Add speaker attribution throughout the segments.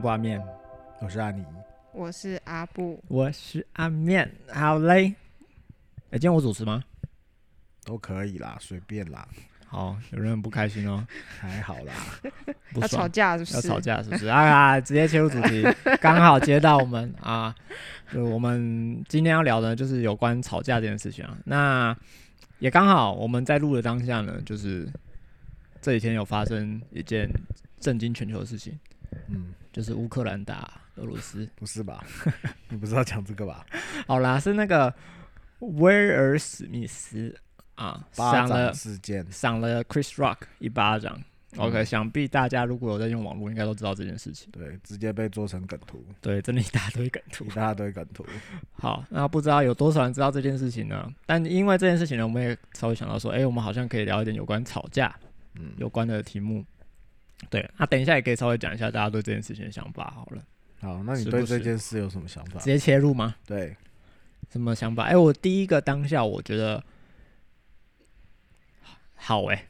Speaker 1: 挂面，我是阿尼，
Speaker 2: 我是阿布，
Speaker 3: 我是阿面，好嘞。哎，今天我主持吗？
Speaker 1: 都可以啦，随便啦，
Speaker 3: 好，有人很不开心哦，
Speaker 1: 还好啦。
Speaker 3: 不
Speaker 2: 要吵
Speaker 3: 爽，
Speaker 2: 架是不
Speaker 3: 要
Speaker 2: 是？
Speaker 3: 吵架是不是？啊，直接切入主 题，刚好接到我们啊，就我们今天要聊的就是有关吵架这件事情啊。那也刚好我们在录的当下呢，就是这几天有发生一件震惊全球的事情，
Speaker 1: 嗯，
Speaker 3: 就是乌克兰打俄罗斯。
Speaker 1: 不 是吧？你不是要讲这个吧？
Speaker 3: 好啦，是那个威尔史密斯啊，
Speaker 1: 巴
Speaker 3: 赏了
Speaker 1: 掌事件，
Speaker 3: 赏了 Chris Rock 一巴掌。OK，、想
Speaker 1: 嗯
Speaker 3: 必大家如果有在用网络，应该都知道这件事情。
Speaker 1: 对，直接被做成梗 图，
Speaker 3: 对，真的一大堆梗图
Speaker 1: 一。大堆梗图。
Speaker 3: 好，那不知道有多少人知道这件事情呢？但因为这件事情呢，我们也稍微想到说，哎、我们好像可以聊一点有关吵架
Speaker 1: 嗯，
Speaker 3: 有关的题目。对，那、等一下也可以稍微讲一下大家对这件事情的想法好了。
Speaker 1: 好，那你
Speaker 3: 是
Speaker 1: 对
Speaker 3: 不
Speaker 1: 这
Speaker 3: 是
Speaker 1: 件事有什么想法
Speaker 3: 直？接切入吗？
Speaker 1: 对，
Speaker 3: 什么想法？哎、我第一个当下我觉得好哎、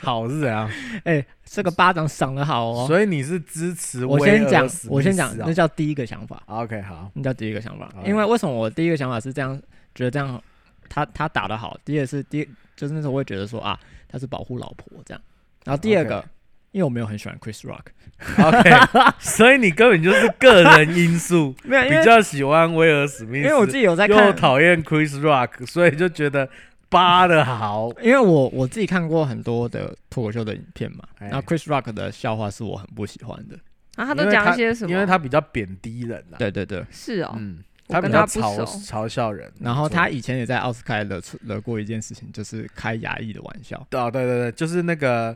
Speaker 1: 好是怎样？
Speaker 3: 哎、这个巴掌赏的好哦。
Speaker 1: 所以你是支持
Speaker 3: 我
Speaker 1: 威
Speaker 3: 先
Speaker 1: 尔
Speaker 3: 讲
Speaker 1: 史，
Speaker 3: 我先
Speaker 1: 密
Speaker 3: 讲，
Speaker 1: 斯
Speaker 3: 那
Speaker 1: 哦
Speaker 3: 叫第一个想法，
Speaker 1: 好 OK 好，
Speaker 3: 那叫第一个想法。
Speaker 1: 好
Speaker 3: 因为为什么我第一个想法是这样，觉得这样他他打的好，第二是第就是那时候我会觉得说啊，他是保护老婆这样。然后第二个
Speaker 1: OK
Speaker 3: 因为我没有很喜欢 Chris Rock，
Speaker 4: OK，所以你根本就是个人因素，
Speaker 3: 没 有因
Speaker 4: 比
Speaker 3: 为
Speaker 4: 较喜欢威尔史密斯，
Speaker 3: 因为我自己有在
Speaker 4: 又
Speaker 3: 看，
Speaker 4: 讨厌 Chris Rock，所以就觉得扒的好。
Speaker 3: 因为我我自己看过很多的脱口秀的影片嘛，
Speaker 1: 哎
Speaker 3: 然后 Chris Rock 的笑话是我很不喜欢的。
Speaker 2: 啊然后他都
Speaker 1: 因为
Speaker 2: 讲一些什么？
Speaker 1: 因为他比较贬低人啊啦。
Speaker 3: 对对对，
Speaker 2: 是哦，
Speaker 1: 嗯，
Speaker 2: 我
Speaker 1: 他比
Speaker 2: 跟
Speaker 1: 较
Speaker 2: 他不
Speaker 1: 嘲
Speaker 2: 熟
Speaker 1: 嘲笑人。
Speaker 3: 然后
Speaker 1: 没错
Speaker 3: 他以前也在奥斯卡惹出惹过一件事情，就是开牙医的玩笑。
Speaker 1: 哦，对对对，就是那个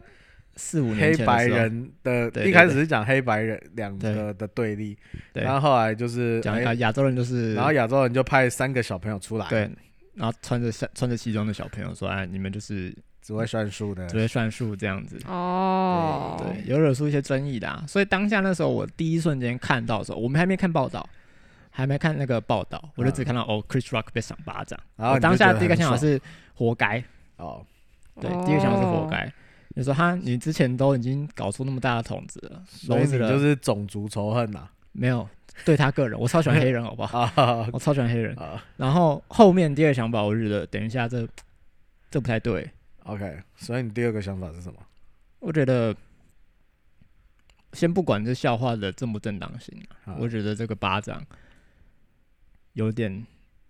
Speaker 3: 四五年
Speaker 1: 黑
Speaker 3: 前的
Speaker 1: 白
Speaker 3: 时候，
Speaker 1: 人的，
Speaker 3: 对
Speaker 1: 一
Speaker 3: 对
Speaker 1: 开
Speaker 3: 对
Speaker 1: 始是讲黑白人两
Speaker 3: 对
Speaker 1: 个的对立，
Speaker 3: 对
Speaker 1: 然后后来就是
Speaker 3: 讲
Speaker 1: 哎
Speaker 3: 啊亚洲人就是，
Speaker 1: 然后亚洲人就派三个小朋友出来，，
Speaker 3: 对，然后穿着穿着西装的小朋友说：“哎，你们就是
Speaker 1: 只会算数的
Speaker 3: 只，会算数这样子。”
Speaker 2: 哦，
Speaker 3: 对，有惹出一些争议的、啊。所以当下那时候，我第一瞬间看到的时候，我们还没看报道，还没看那个报道，我就只看到、哦，Chris Rock 被赏巴掌。
Speaker 1: 嗯然后
Speaker 3: 我
Speaker 1: 你就
Speaker 3: 当
Speaker 1: 觉
Speaker 3: 下
Speaker 1: 得
Speaker 3: 第一个
Speaker 1: 很
Speaker 3: 想法
Speaker 1: 爽
Speaker 3: 是活该，
Speaker 1: 哦，
Speaker 3: 对，
Speaker 2: 哦
Speaker 3: 第一个想法是活该。你说他，你之前都已经搞出那么大的筒子了，
Speaker 1: 所以
Speaker 3: 篓
Speaker 1: 你
Speaker 3: 子了，
Speaker 1: 就是种族仇 恨呐，
Speaker 3: 没有，对他个人，我超喜欢黑人，好不好？
Speaker 1: 啊
Speaker 3: 我超喜欢黑人。
Speaker 1: 啊
Speaker 3: 然后后面第二个想法，我就觉得等一下这这不太对，
Speaker 1: ，OK，所以你第二个想法是什么？
Speaker 3: 我觉得先不管这笑话的正不正当性啊、
Speaker 1: 啊
Speaker 3: 我觉得这个巴掌有点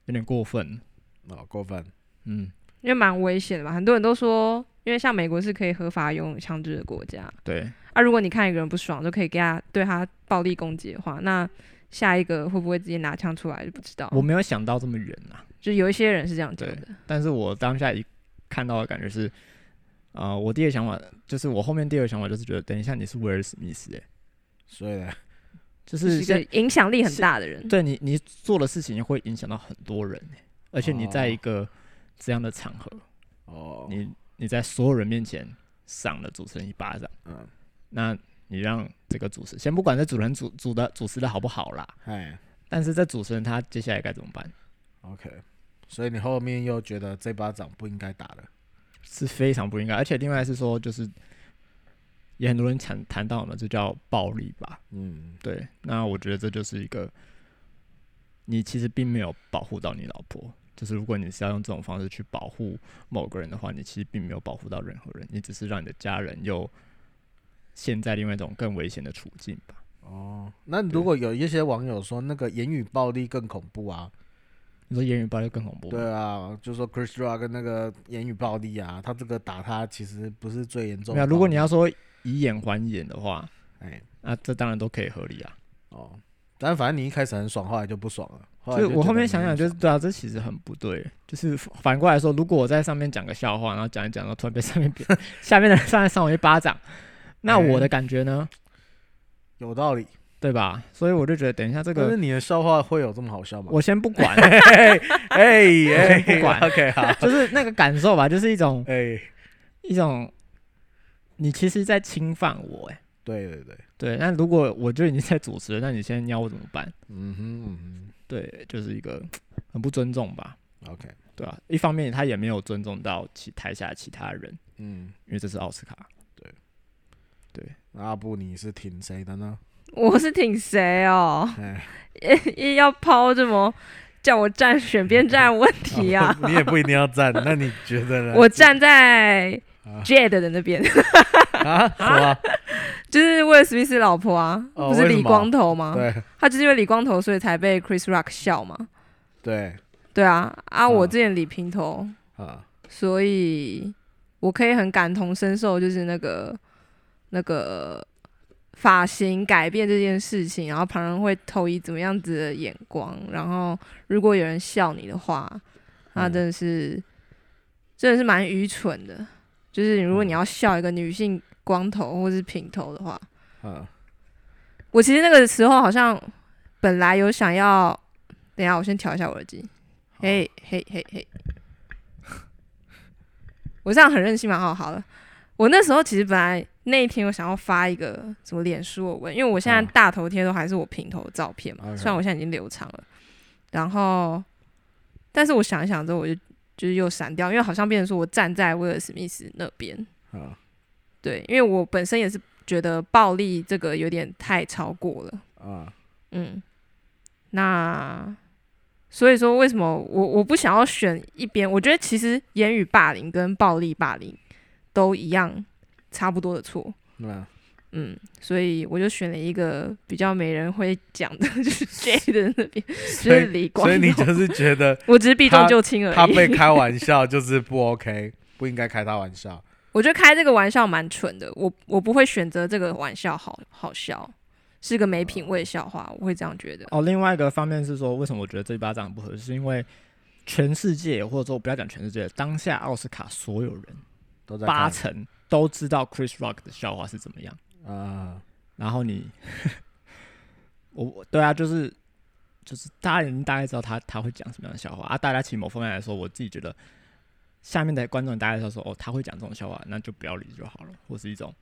Speaker 3: 有点过分，
Speaker 1: 哦，过分，
Speaker 3: 嗯，
Speaker 2: 因为蛮危险的嘛。很多人都说，因为像美国是可以合法拥有枪支的国家，
Speaker 3: 对，
Speaker 2: 啊，如果你看一个人不爽，就可以给他对他暴力攻击的话，那下一个会不会直接拿枪出来就不知道。
Speaker 3: 我没有想到这么远啊，
Speaker 2: 就是有一些人是这样讲
Speaker 3: 对
Speaker 2: 的，
Speaker 3: 但是我当下一看到的感觉是，啊、我第一个想法就是我后面第二个想法就是觉得，等一下你是威尔史密斯、欸，
Speaker 1: 所以呢，
Speaker 3: 就
Speaker 2: 就是是一个嗯
Speaker 3: 先
Speaker 2: 影响力很
Speaker 3: 是
Speaker 2: 大的人。
Speaker 3: 对你你做的事情会影响到很多人、欸，而且你
Speaker 2: 哦
Speaker 3: 在一个这样的场合，
Speaker 1: 哦，
Speaker 3: 你你在所有人面前赏了主持人一巴掌，
Speaker 1: 嗯，
Speaker 3: 那你让这个主持先不管这主持人主主的主持的好不好啦，
Speaker 1: 哎
Speaker 3: 但是这主持人他接下来该怎么办
Speaker 1: ，OK，所以你后面又觉得这巴掌不应该打的，
Speaker 3: 是非常不应该，而且另外是说就是也很多人谈谈到嘛，这叫暴力吧？
Speaker 1: 嗯，
Speaker 3: 对，那我觉得这就是一个你其实并没有保护到你老婆。就是如果你是要用这种方式去保护某个人的话，你其实并没有保护到任何人，你只是让你的家人又陷在另外一种更危险的处境吧。
Speaker 1: 哦，那如果有一些网友说那个言语暴力更恐怖啊，
Speaker 3: 你说言语暴力更恐怖吗？
Speaker 1: 对啊，就说 Chris Rock 跟那个言语暴力啊，他这个打他其实不是最严重的暴力。
Speaker 3: 没有，如果你要说以眼还眼的话，
Speaker 1: 哎
Speaker 3: 那这当然都可以合理啊。
Speaker 1: 哦，但反正你一开始很爽，后来就不爽了。后来
Speaker 3: 所以我后
Speaker 1: 觉得
Speaker 3: 面
Speaker 1: 没
Speaker 3: 想
Speaker 1: 那
Speaker 3: 想，
Speaker 1: 么
Speaker 3: 就是
Speaker 1: 爽
Speaker 3: 对啊，这其实很不对。就是反过来说，如果我在上面讲个笑话，然后讲一讲，然后突然被上面 别下面的人上来扇我一巴掌，
Speaker 1: 哎
Speaker 3: 那我的感觉呢？
Speaker 1: 有道理。
Speaker 3: 对吧？所以我就觉得，等一下这
Speaker 1: 可是
Speaker 3: 个
Speaker 1: 你的笑话会有这么好笑吗？
Speaker 3: 我先不管，
Speaker 4: 哎 哎，
Speaker 3: 不管
Speaker 4: OK 好，
Speaker 3: 就是那个感受吧，就是一种
Speaker 1: 哎，
Speaker 3: 一种，你其实在侵犯我、欸，哎，
Speaker 1: 对对对，
Speaker 3: 对。那如果我就已经在主持了，那你现在要我怎么办？
Speaker 1: 嗯哼嗯
Speaker 3: 对，就是一个很不尊重吧。
Speaker 1: 哼，OK，
Speaker 3: 对啊，一方面他也没有尊重到其台下其他人，
Speaker 1: 嗯，
Speaker 3: 因为这是奥斯卡。
Speaker 1: 那阿布你是挺谁的呢？
Speaker 2: 我是挺谁哦，
Speaker 1: 哎，
Speaker 2: 硬要抛这么叫我站选边站
Speaker 3: 嗯
Speaker 2: 问 题啊
Speaker 1: ，你也不一定要站，那你觉得呢？
Speaker 2: 我站在
Speaker 1: 啊
Speaker 2: Jade 的那边，
Speaker 1: 啊，什么？
Speaker 2: 就是威尔史密斯老婆啊，
Speaker 1: 哦
Speaker 2: 不是
Speaker 1: 为什
Speaker 2: 李
Speaker 1: 么
Speaker 2: 光头
Speaker 3: 啊
Speaker 2: 吗？
Speaker 1: 对
Speaker 2: 他就是因为李光头，所以才被 Chris Rock 笑嘛。
Speaker 1: 对
Speaker 2: 对啊，啊，
Speaker 1: 嗯
Speaker 2: 我之前理平头，
Speaker 1: 啊，
Speaker 2: 所以我可以很感同身受，就是那个那个发型改变这件事情，然后旁人会投以怎么样子的眼光，然后如果有人笑你的话，那
Speaker 1: 嗯
Speaker 2: 真的是、真的是蛮愚蠢的。就是如果你要笑一个女性光头或是平头的话，
Speaker 1: 嗯，
Speaker 2: 我其实那个时候好像本来有想要，等一下我先调一下我耳机。嘿嘿嘿嘿，我这样很任性嘛？哦，好了，我那时候其实本来那一天我想要发一个什么脸书我文，因为我现在
Speaker 1: 嗯
Speaker 2: 大头贴都还是我平头的照片嘛，
Speaker 1: OK
Speaker 2: 虽然我现在已经留长了，然后，但是我想一想之后，我就就是又删掉，因为好像变成说我站在威尔史密斯那边，
Speaker 1: 啊
Speaker 2: 对，因为我本身也是觉得暴力这个有点太超过了。
Speaker 1: 啊，
Speaker 2: 嗯，那所以说，为什么我我不想要选一边？我觉得其实言语霸凌跟暴力霸凌都一样，差不多的错。
Speaker 1: 那
Speaker 2: 嗯，所以我就选了一个比较没人会讲的，就是 J 的那边，就
Speaker 1: 所
Speaker 2: 是
Speaker 1: 以
Speaker 2: 李光
Speaker 1: 所
Speaker 2: 头。
Speaker 1: 以你就是觉得
Speaker 2: 我只是避重
Speaker 1: 他
Speaker 2: 就轻而已。
Speaker 1: 他被开玩笑就是不 OK，不应该开他玩笑。
Speaker 2: 我觉得开这个玩笑蛮蠢的，我我不会选择这个玩笑好好笑，是个没
Speaker 1: 哦
Speaker 2: 品味笑话，我会这样觉得。
Speaker 3: 哦，另外一个方面是说，为什么我觉得这一巴掌很不合适，是因为全世界或者说不要讲全世界，当下奥斯卡所有人
Speaker 1: 都在
Speaker 3: 八
Speaker 1: 看
Speaker 3: 成都知道 Chris Rock 的笑话是怎么样，
Speaker 1: 啊，
Speaker 3: 然后你，我我对啊，就是就是大家已经大概知道他他会讲什么样的笑话啊，大家其实某方面来说，我自己觉得下面的观众大家都说哦，他会讲这种笑话，那就不要理就好了，或是一种。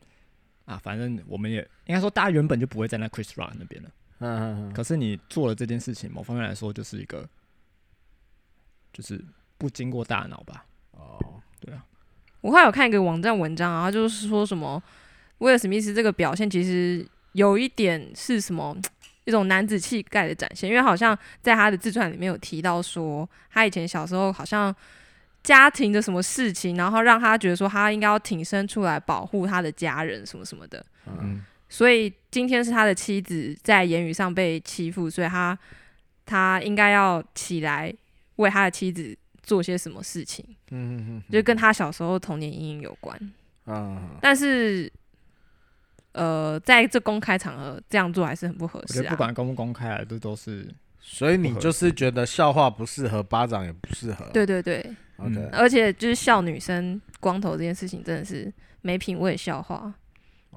Speaker 3: 啊，反正我们也应该说，大家原本就不会站在 Chris Rock 那边了。
Speaker 1: 嗯嗯
Speaker 3: 可是你做了这件事情，某方面来说就是一个，就是不经过大脑吧？
Speaker 1: 哦，
Speaker 2: 我后来有看一个网站文章啊，他就是说什么威尔史密斯这个表现其实有一点是什么一种男子气概的展现，因为好像在他的自传里面有提到说，他以前小时候好像家庭的什么事情，然后让他觉得说他应该要挺身出来保护他的家人什么什么的，
Speaker 1: 嗯，
Speaker 3: 啊
Speaker 2: 所以今天是他的妻子在言语上被欺负，所以他他应该要起来为他的妻子做些什么事情，
Speaker 1: 嗯嗯嗯，
Speaker 2: 就跟他小时候童年阴影有关。
Speaker 1: 啊，
Speaker 2: 但是，呃，在这公开场合这样做还是很不合
Speaker 3: 我觉
Speaker 2: 适
Speaker 3: 得
Speaker 2: 啊。
Speaker 3: 不管公不公开啊，这都是
Speaker 1: 所以你就是觉得笑话不适合，巴掌也不适合。
Speaker 2: 对嗯对对，
Speaker 1: ，OK，
Speaker 2: 而且就是笑女生光头这件事情真的是没品味的笑话。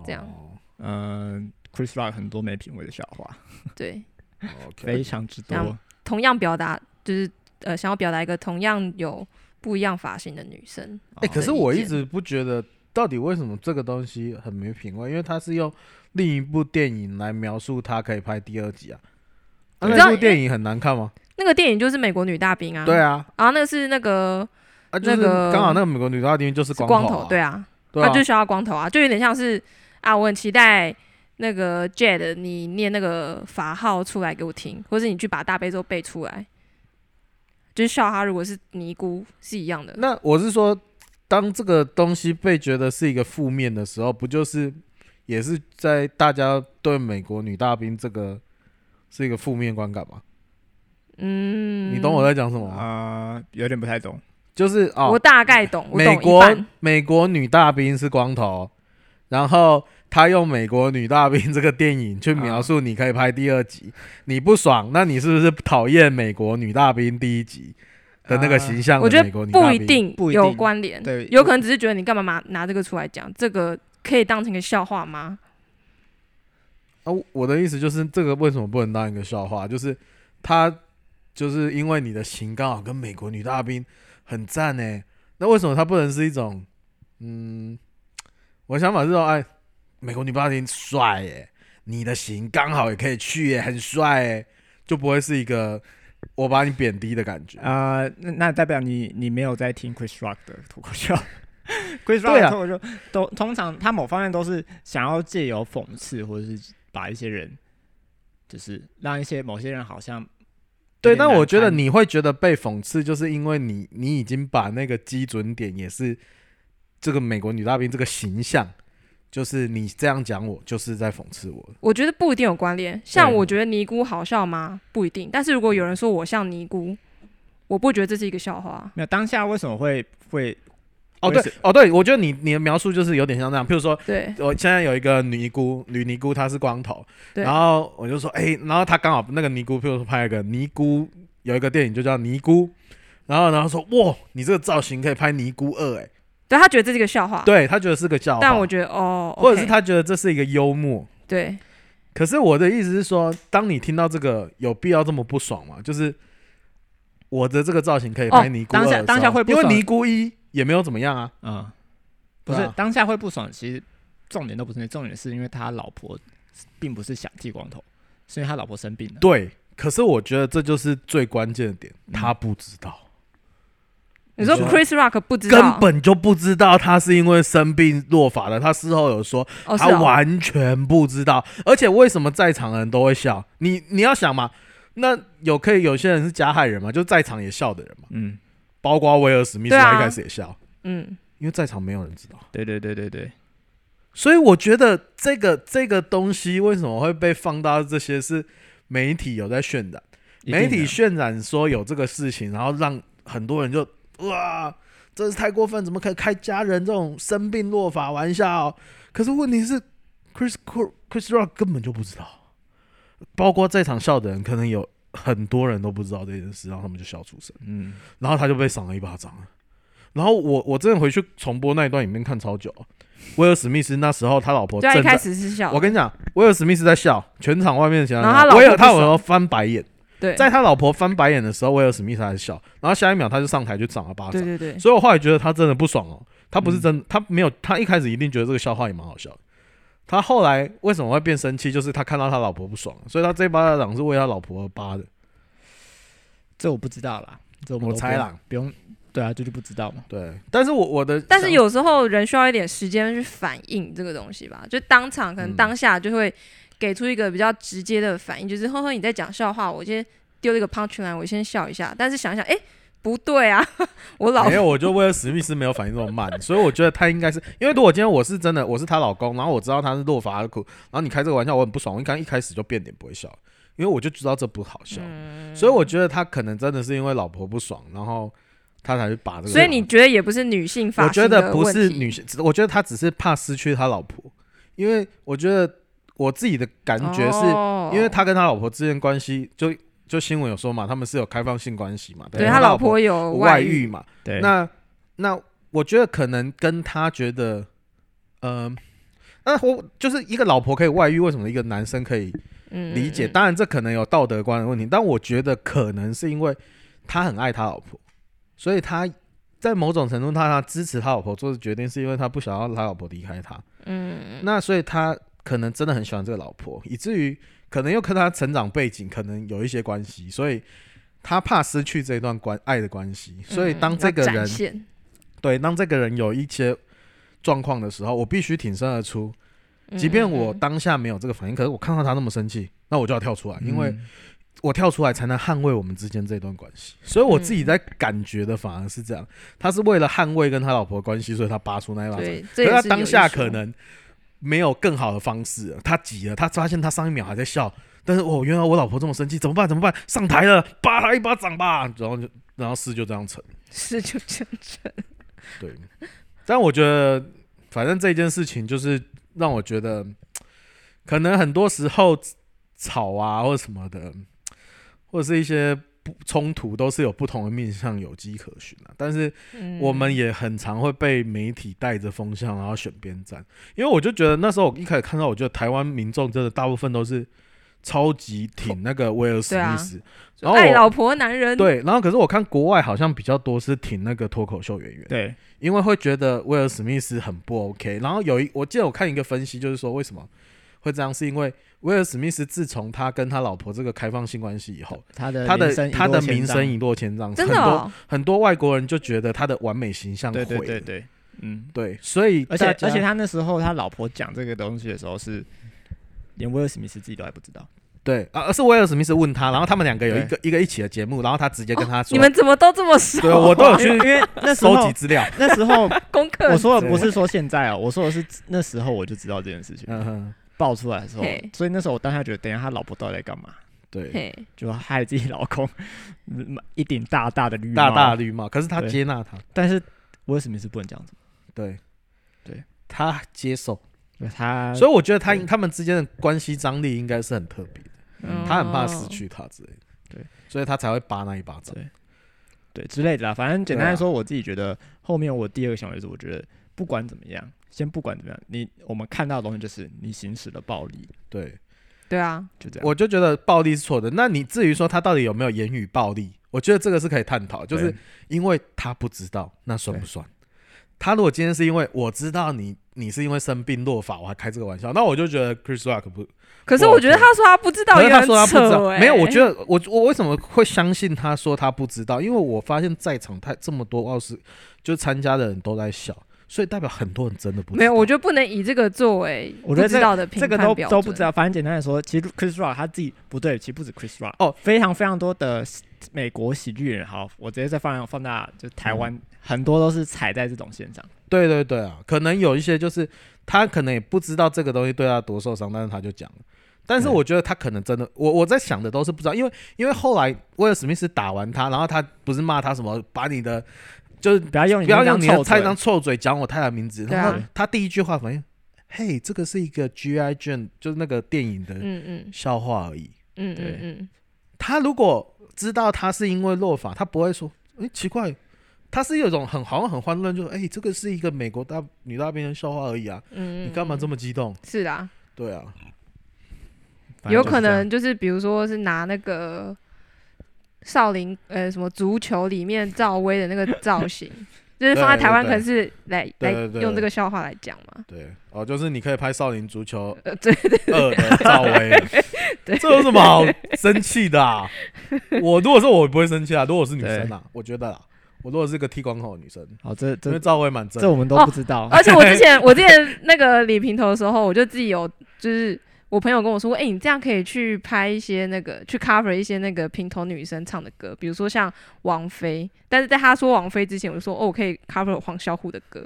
Speaker 2: 这样
Speaker 1: 哦
Speaker 3: 嗯、c h r i s Rock 很多没品味的笑话，
Speaker 2: 对，
Speaker 3: 非
Speaker 1: ，OK，
Speaker 3: 常之
Speaker 2: 这
Speaker 3: 多
Speaker 2: 样。同样表达就是呃，想要表达一个同样有不一样发型的女生，
Speaker 1: 哎，可是
Speaker 2: 的意
Speaker 1: 我一
Speaker 2: 见
Speaker 1: 直不觉得，到底为什么这个东西很没品味？因为它是用另一部电影来描述它可以拍第二集啊。啊
Speaker 2: 哦你知道
Speaker 1: 那部
Speaker 2: 因为
Speaker 1: 电影很难看吗？
Speaker 2: 那个电影就是《美国女大兵》啊。
Speaker 1: 对。啊，
Speaker 2: 然后那个是那个
Speaker 1: 啊，就是
Speaker 2: 那个
Speaker 1: 刚好那个美国女大兵就是
Speaker 2: 是光
Speaker 1: 头啊，
Speaker 2: 对啊，
Speaker 1: 对
Speaker 2: 他
Speaker 1: 啊
Speaker 2: 就，需要光头啊，就有点像是啊，我很期待那个 Jade 你念那个法号出来给我听，或者你去把大悲咒背出来，就是笑他如果是尼姑是一样的。
Speaker 1: 那我是说，当这个东西被觉得是一个负面的时候，不就是也是在大家对美国女大兵这个是一个负面观感吗？
Speaker 2: 嗯，
Speaker 1: 你懂我在讲什么吗？
Speaker 3: 啊、有点不太懂。
Speaker 1: 就是啊，
Speaker 2: 我大概懂，我懂
Speaker 1: 美
Speaker 2: 一
Speaker 1: 国
Speaker 2: 半
Speaker 1: 美国女大兵是光头，然后他用美国女大兵这个电影去描述，你可以拍第二
Speaker 2: 啊
Speaker 1: 集，你不爽，那你是不是讨厌美国女大兵第一集的那个形象
Speaker 2: 啊我
Speaker 1: 的
Speaker 2: 觉
Speaker 1: 美国
Speaker 2: 得
Speaker 1: 女
Speaker 2: 不
Speaker 1: 大
Speaker 2: 一
Speaker 1: 兵？
Speaker 2: 定
Speaker 3: 不一定
Speaker 2: 有关联，
Speaker 3: 对
Speaker 2: 嗯有可能只是觉得你干嘛拿拿这个出来讲，这个可以当成一个笑话吗？
Speaker 1: 啊，我的意思就是，这个为什么不能当一个笑话？就是他就是因为你的型刚好跟美国女大兵很赞呢、那为什么它不能是一种？嗯，我的想法是说，哎，美国女大兵帅耶、你的型刚好也可以去耶、很帅耶、欸就不会是一个我把你贬低的感觉。
Speaker 3: 啊、那那代表你你没有在听 Chris Rock 的脱口秀。Chris
Speaker 1: 对
Speaker 3: Rock
Speaker 1: 啊
Speaker 3: 的脱口秀都通常他某方面都是想要借由讽刺或者是把一些人，就是让一些某些人好像
Speaker 1: 对，
Speaker 3: 有点
Speaker 1: 但
Speaker 3: 难
Speaker 1: 我觉得
Speaker 3: 堪
Speaker 1: 你会觉得被讽刺，就是因为你你已经把那个基准点，也是这个美国女大兵这个形象，就是你这样讲我，就是在讽刺我。
Speaker 2: 我觉得不一定有关联。像
Speaker 1: 对
Speaker 2: 我觉得尼姑好笑吗？不一定。但是如果有人说我像尼姑，我不觉得这是一个笑话。
Speaker 3: 没有当下为什么会会
Speaker 1: 哦，
Speaker 3: 为
Speaker 1: 对
Speaker 3: 什，
Speaker 1: 哦，对，我觉得你你的描述就是有点像那样，譬如说，
Speaker 2: 对
Speaker 1: 我现在有一个女尼姑，女尼姑她是光头，
Speaker 2: 对
Speaker 1: 然后我就说，哎、然后她刚好那个尼姑，譬如说拍了个尼姑，有一个电影就叫尼姑，然后然后说，哇，你这个造型可以拍尼姑二、哎，
Speaker 2: 对，他觉得这是一个笑话。
Speaker 1: 对她觉得是个笑话，
Speaker 2: 但我觉得哦，
Speaker 1: 或者是
Speaker 2: OK，
Speaker 1: 她觉得这是一个幽默。
Speaker 2: 对
Speaker 1: 可是我的意思是说，当你听到这个，有必要这么不爽吗？就是我的这个造型可以
Speaker 2: 哦
Speaker 1: 拍尼姑二
Speaker 3: 当
Speaker 1: 的
Speaker 3: 下
Speaker 1: 时候、
Speaker 3: 当下会不
Speaker 1: 因为
Speaker 3: 爽
Speaker 1: 尼姑一也没有怎么样啊，
Speaker 3: 啊、不
Speaker 1: 对
Speaker 3: 是、
Speaker 1: 啊
Speaker 3: 当下会不爽，其实重点都不是那，重点是因为他老婆并不是想剃光头，是因为他老婆生病了。
Speaker 1: 对。可是我觉得这就是最关键的点，
Speaker 3: 嗯
Speaker 1: 他不知道。
Speaker 2: 你说
Speaker 1: 你说
Speaker 2: Chris Rock 不知
Speaker 1: 根
Speaker 2: 道，
Speaker 1: 本就不知道他是因为生病落发的。他事后有说，
Speaker 2: 哦是
Speaker 1: 他
Speaker 2: 哦，
Speaker 1: 完全不知道。而且为什么在场的人都会笑？你你要想嘛，那有可以有些人是加害人嘛，就在场也笑的人嘛，
Speaker 3: 嗯，
Speaker 1: 包括威尔史密斯，
Speaker 2: 对啊
Speaker 1: 他一开始也笑，
Speaker 2: 嗯，
Speaker 1: 因为在场没有人知道。
Speaker 3: 对对对对对，
Speaker 1: 所以我觉得这个这个东西为什么会被放到这些是媒体有在渲染，
Speaker 3: 一定
Speaker 1: 媒体
Speaker 3: 的
Speaker 1: 渲染说有这个事情，然后让很多人就哇，这是太过分，怎么可以开家人这种生病落法玩笑？可是问题是，Chris Chris Rock 根本就不知道，包括在场笑的人，可能有很多人都不知道这件事，然后他们就笑出声，
Speaker 3: 嗯，
Speaker 1: 然后他就被赏了一巴掌了。然后我我真的回去重播那一段影片看超久，威尔史密斯那时候他老婆
Speaker 2: 对他
Speaker 1: 正
Speaker 2: 一开
Speaker 1: 在，
Speaker 2: 始是笑
Speaker 1: 我，跟你讲，威尔史密斯在笑，全场外面的其他人
Speaker 2: 然后他老
Speaker 1: 威
Speaker 2: 婆
Speaker 1: 尔
Speaker 2: 不
Speaker 1: 他有时
Speaker 2: 爽
Speaker 1: 候翻白眼，
Speaker 2: 对，
Speaker 1: 在他老婆翻白眼的时候，威尔史密斯还笑，然后下一秒他就上台就掌了巴
Speaker 2: 对
Speaker 1: 掌。
Speaker 2: 对对，嗯
Speaker 1: 所以我后来觉得他真的不爽哦，他不是真，他没有，他一开始一定觉得这个笑话也蛮好笑的。他后来为什么会变生气？就是他看到他老婆不爽，所以他这一巴掌是为他老婆而扒的。
Speaker 3: 这我不知道啦，这我们
Speaker 1: 我
Speaker 3: 都
Speaker 1: 猜
Speaker 3: 不用
Speaker 1: 啦，
Speaker 3: 不用，对啊，这就不知道嘛。
Speaker 1: 对，但是我我的，
Speaker 2: 但是有时候人需要一点时间去反应这个东西吧，就当场可能
Speaker 1: 嗯
Speaker 2: 当下就会给出一个比较直接的反应，就是呵呵你在讲笑话，我先丢了一个 punch line，我先笑一下，但是想一想，哎、不对啊， 我老
Speaker 1: 没有，我就为了史密斯没有反应这么慢，所以我觉得他应该是因为如果今天我是真的我是她老公，然后我知道他是落法尔库，然后你开这个玩笑，我很不爽，我应该一开始就变脸不会笑，因为我就知道这不好笑，
Speaker 2: 嗯
Speaker 1: 所以我觉得他可能真的是因为老婆不爽，然后他才去把这个。
Speaker 2: 所以你觉得也不是女性发
Speaker 1: 我觉
Speaker 2: 型的
Speaker 1: 得
Speaker 2: 问题？
Speaker 1: 不是女性，只我觉得他只是怕失去他老婆，因为我觉得我自己的感觉是，
Speaker 2: 哦
Speaker 1: 因为他跟他老婆之间关系就就新闻有说嘛，他们是有开放性关系嘛，
Speaker 2: 对
Speaker 1: 他
Speaker 2: 他
Speaker 1: 老
Speaker 2: 老婆有
Speaker 1: 外
Speaker 2: 遇，
Speaker 1: 遇嘛，
Speaker 3: 对，
Speaker 2: 哎
Speaker 1: 那那我觉得可能跟他觉得，嗯、那我就是一个老婆可以外遇，为什么一个男生可以
Speaker 2: 嗯
Speaker 1: 理解？
Speaker 2: 嗯嗯
Speaker 1: 当然这可能有道德观的问题，但我觉得可能是因为他很爱他老婆，所以他在某种程度他他支持他老婆做的决定，是因为他不想要他老婆离开他。
Speaker 2: 嗯，
Speaker 1: 那所以他可能真的很喜欢这个老婆，以至于可能又跟他成长背景可能有一些关系，所以他怕失去这段关爱的关系，所以当
Speaker 2: 嗯
Speaker 1: 这个
Speaker 2: 要展
Speaker 1: 人
Speaker 2: 现
Speaker 1: 对，当这个人有一些状况的时候，我必须挺身而出。
Speaker 2: 嗯
Speaker 1: 即便
Speaker 2: 嗯
Speaker 1: 我
Speaker 2: 嗯
Speaker 1: 当下没有这个反应，可是我看到他那么生气，那我就要跳出来，因为
Speaker 3: 嗯
Speaker 1: 我跳出来才能捍卫我们之间这段关系。所以我自己在感觉的反而是这样，他是为了捍卫跟他老婆的关系，所以他拔出那一把掌。
Speaker 2: 对，
Speaker 1: 可
Speaker 2: 这
Speaker 1: 是
Speaker 2: 也
Speaker 1: 他
Speaker 2: 是有
Speaker 1: 当
Speaker 2: 一
Speaker 1: 下
Speaker 2: 说
Speaker 1: 可能没有更好的方式了，他急了，他发现他上一秒还在笑，但是哦，原来我老婆这么生气，怎么办？怎么办？上台了，扒他一巴掌吧，然后就然后事就这样成。
Speaker 2: 是就这样子。
Speaker 1: 对，但我觉得，反正这件事情就是让我觉得，可能很多时候吵啊或者什么的，或者是一些不冲突，都是有不同的面向有迹可循啊。但是
Speaker 2: 嗯
Speaker 1: 我们也很常会被媒体带着风向，然后选边站。因为我就觉得那时候我一开始看到，我觉得台湾民众真的大部分都是超级挺那个威尔史
Speaker 2: 对啊
Speaker 1: 密斯，然后
Speaker 2: 爱
Speaker 1: 我
Speaker 2: 老婆的男人，
Speaker 1: 对，然后可是我看国外好像比较多是挺那个脱口秀演员。
Speaker 3: 对，
Speaker 1: 因为会觉得威尔史密斯很不 OK。然后有一，我记得我看一个分析，就是说为什么会这样，是因为威尔史密斯自从他跟他老婆这个开放性关系以后，
Speaker 3: 他的
Speaker 1: 他
Speaker 3: 名
Speaker 1: 的
Speaker 3: 声一
Speaker 1: 他
Speaker 3: 落
Speaker 1: 的
Speaker 3: 千
Speaker 1: 名
Speaker 3: 丈
Speaker 1: 声一落千 丈，
Speaker 2: 真的
Speaker 1: 很多
Speaker 2: 哦，
Speaker 1: 很多外国人就觉得他的完美形象毁
Speaker 3: 对
Speaker 1: 了，
Speaker 3: 对对对，嗯，
Speaker 1: 对所以
Speaker 3: 而且
Speaker 1: 大家
Speaker 3: 而且他那时候他老婆讲这个东西的时候是连威尔史密斯自己都还不知道。
Speaker 1: 对啊，而是威尔史密斯问他，然后他们两个有一个一个一起的节目，然后他直接跟他说，
Speaker 2: 你们怎么都这么熟？
Speaker 1: 对哦我都有
Speaker 3: 因为
Speaker 1: 去
Speaker 3: 因为哦那时
Speaker 1: 收集
Speaker 3: 候
Speaker 1: 资料，
Speaker 3: 那时 候
Speaker 2: 功课
Speaker 3: 我说的不是说现在哦，我说的是那时候我就知道这件事情
Speaker 1: 嗯哼，
Speaker 3: 爆出来的时候
Speaker 2: 嘿，
Speaker 3: 所以那时候我当下觉得，等一下他老婆到底在干嘛？
Speaker 1: 对，
Speaker 2: 嘿，
Speaker 3: 就害自己老公 一顶大大的绿帽
Speaker 1: 大大，绿帽，可是他
Speaker 3: 对
Speaker 1: 接纳他，
Speaker 3: 但是威尔史密斯不能这样子，
Speaker 1: 对，
Speaker 3: 对，
Speaker 1: 他接受，
Speaker 3: 因为他
Speaker 1: 所以我觉得他
Speaker 3: 对
Speaker 1: 他们之间的关系张力应该是很特别的，
Speaker 3: 嗯
Speaker 1: 他很怕失去他之类的，
Speaker 3: 对，
Speaker 1: 所以他才会扒那一巴掌，
Speaker 3: 对之类的啦。反正简
Speaker 1: 对
Speaker 3: 单来
Speaker 1: 啊
Speaker 3: 说，我自己觉得后面我第二个想法就是，我觉得不管怎么样，先不管怎么样，你我们看到的东西就是你行使了暴力，
Speaker 1: 对，
Speaker 2: 对啊，
Speaker 3: 就这样。
Speaker 1: 我就觉得暴力是错的。那你至于说他到底有没有言语暴力，我觉得这个是可以探讨，就是
Speaker 3: 对
Speaker 1: 因为他不知道，那算不算？他如果今天是因为我知道你，你是因为生病落发，我还开这个玩笑，那我就觉得 Chris Rock 不，
Speaker 2: 可是我觉得他说他不知道，
Speaker 1: 可
Speaker 2: 有
Speaker 1: 是他说他
Speaker 2: 点扯
Speaker 1: 不知道，
Speaker 2: 哎。
Speaker 1: 没有，我觉得我我为什么会相信他说他不知道？因为我发现在场太这么多奥斯，就参加的人都在笑，所以代表很多人真的不知道
Speaker 2: 没有，我觉得不能以这个作为
Speaker 3: 我觉得
Speaker 2: 不知道的评
Speaker 3: 这
Speaker 2: 判
Speaker 3: 个都
Speaker 2: 标准
Speaker 3: 都不知。道，反正简单来说，其实 Chris Rock 他自己不对，其实不止 Chris Rock
Speaker 1: 哦
Speaker 3: 非常非常多的美国喜剧人，好，我直接再放放大，就
Speaker 1: 嗯
Speaker 3: 台湾、很多都是踩在这种线上，
Speaker 1: 对对对啊，可能有一些就是他可能也不知道这个东西对他多受伤，但是他就讲了。但是
Speaker 3: 对
Speaker 1: 我觉得他可能真的，我我在想的都是不知道，因为因为后来威尔史密斯打完他，然后他不是骂他什么，把你的就是
Speaker 3: 不要用你
Speaker 1: 不要
Speaker 3: 那张
Speaker 1: 用你的
Speaker 3: 臭嘴
Speaker 1: 太张臭嘴讲我太太名字，
Speaker 2: 对啊
Speaker 1: 然后他第一句话反应，嘿，这个是一个 G I Jane，就是那个电影的
Speaker 2: 嗯嗯
Speaker 1: 笑话而已。
Speaker 2: 嗯
Speaker 3: 对
Speaker 2: 嗯嗯，
Speaker 1: 他如果知道他是因为落法，他不会说，哎、奇怪，他是有一种很好像很欢乐，就哎、这个是一个美国大女大兵的笑话而已啊，
Speaker 2: 嗯，
Speaker 1: 你干嘛这
Speaker 2: 么？
Speaker 1: 么激动？
Speaker 2: 是啦，
Speaker 1: 对啊，
Speaker 3: 反正
Speaker 2: 有
Speaker 3: 就是
Speaker 2: 可
Speaker 3: 这样
Speaker 2: 能就是比如说是拿那个少林呃什么足球里面赵薇的那个造型，就是放在台湾，
Speaker 1: 对
Speaker 2: 可
Speaker 1: 对
Speaker 2: 能是来来
Speaker 1: 对对对
Speaker 2: 用这个笑话来讲嘛。
Speaker 1: 对哦，就是你可以拍《少林足球
Speaker 2: 呃，对，
Speaker 1: 二》的赵薇，
Speaker 2: 对
Speaker 1: 这有什么好生气的、啊？我如果说我不会生气啊，如果我是女生啊，我觉得啊，我如果是个剃光头的女生，
Speaker 3: 好，这
Speaker 1: 因为
Speaker 3: 这
Speaker 1: 赵薇蛮正
Speaker 3: 这
Speaker 1: 的，
Speaker 3: 我们都
Speaker 2: 哦
Speaker 3: 不知道，
Speaker 2: 而且我之前我之前那个理平头的时候，我就自己有就是。我朋友跟我说，哎、你这样可以去拍一些那个，去 cover 一些那个平头女生唱的歌，比如说像王菲。但是在他说王菲之前，我就说，哦，我可以 cover 黄小虎的歌。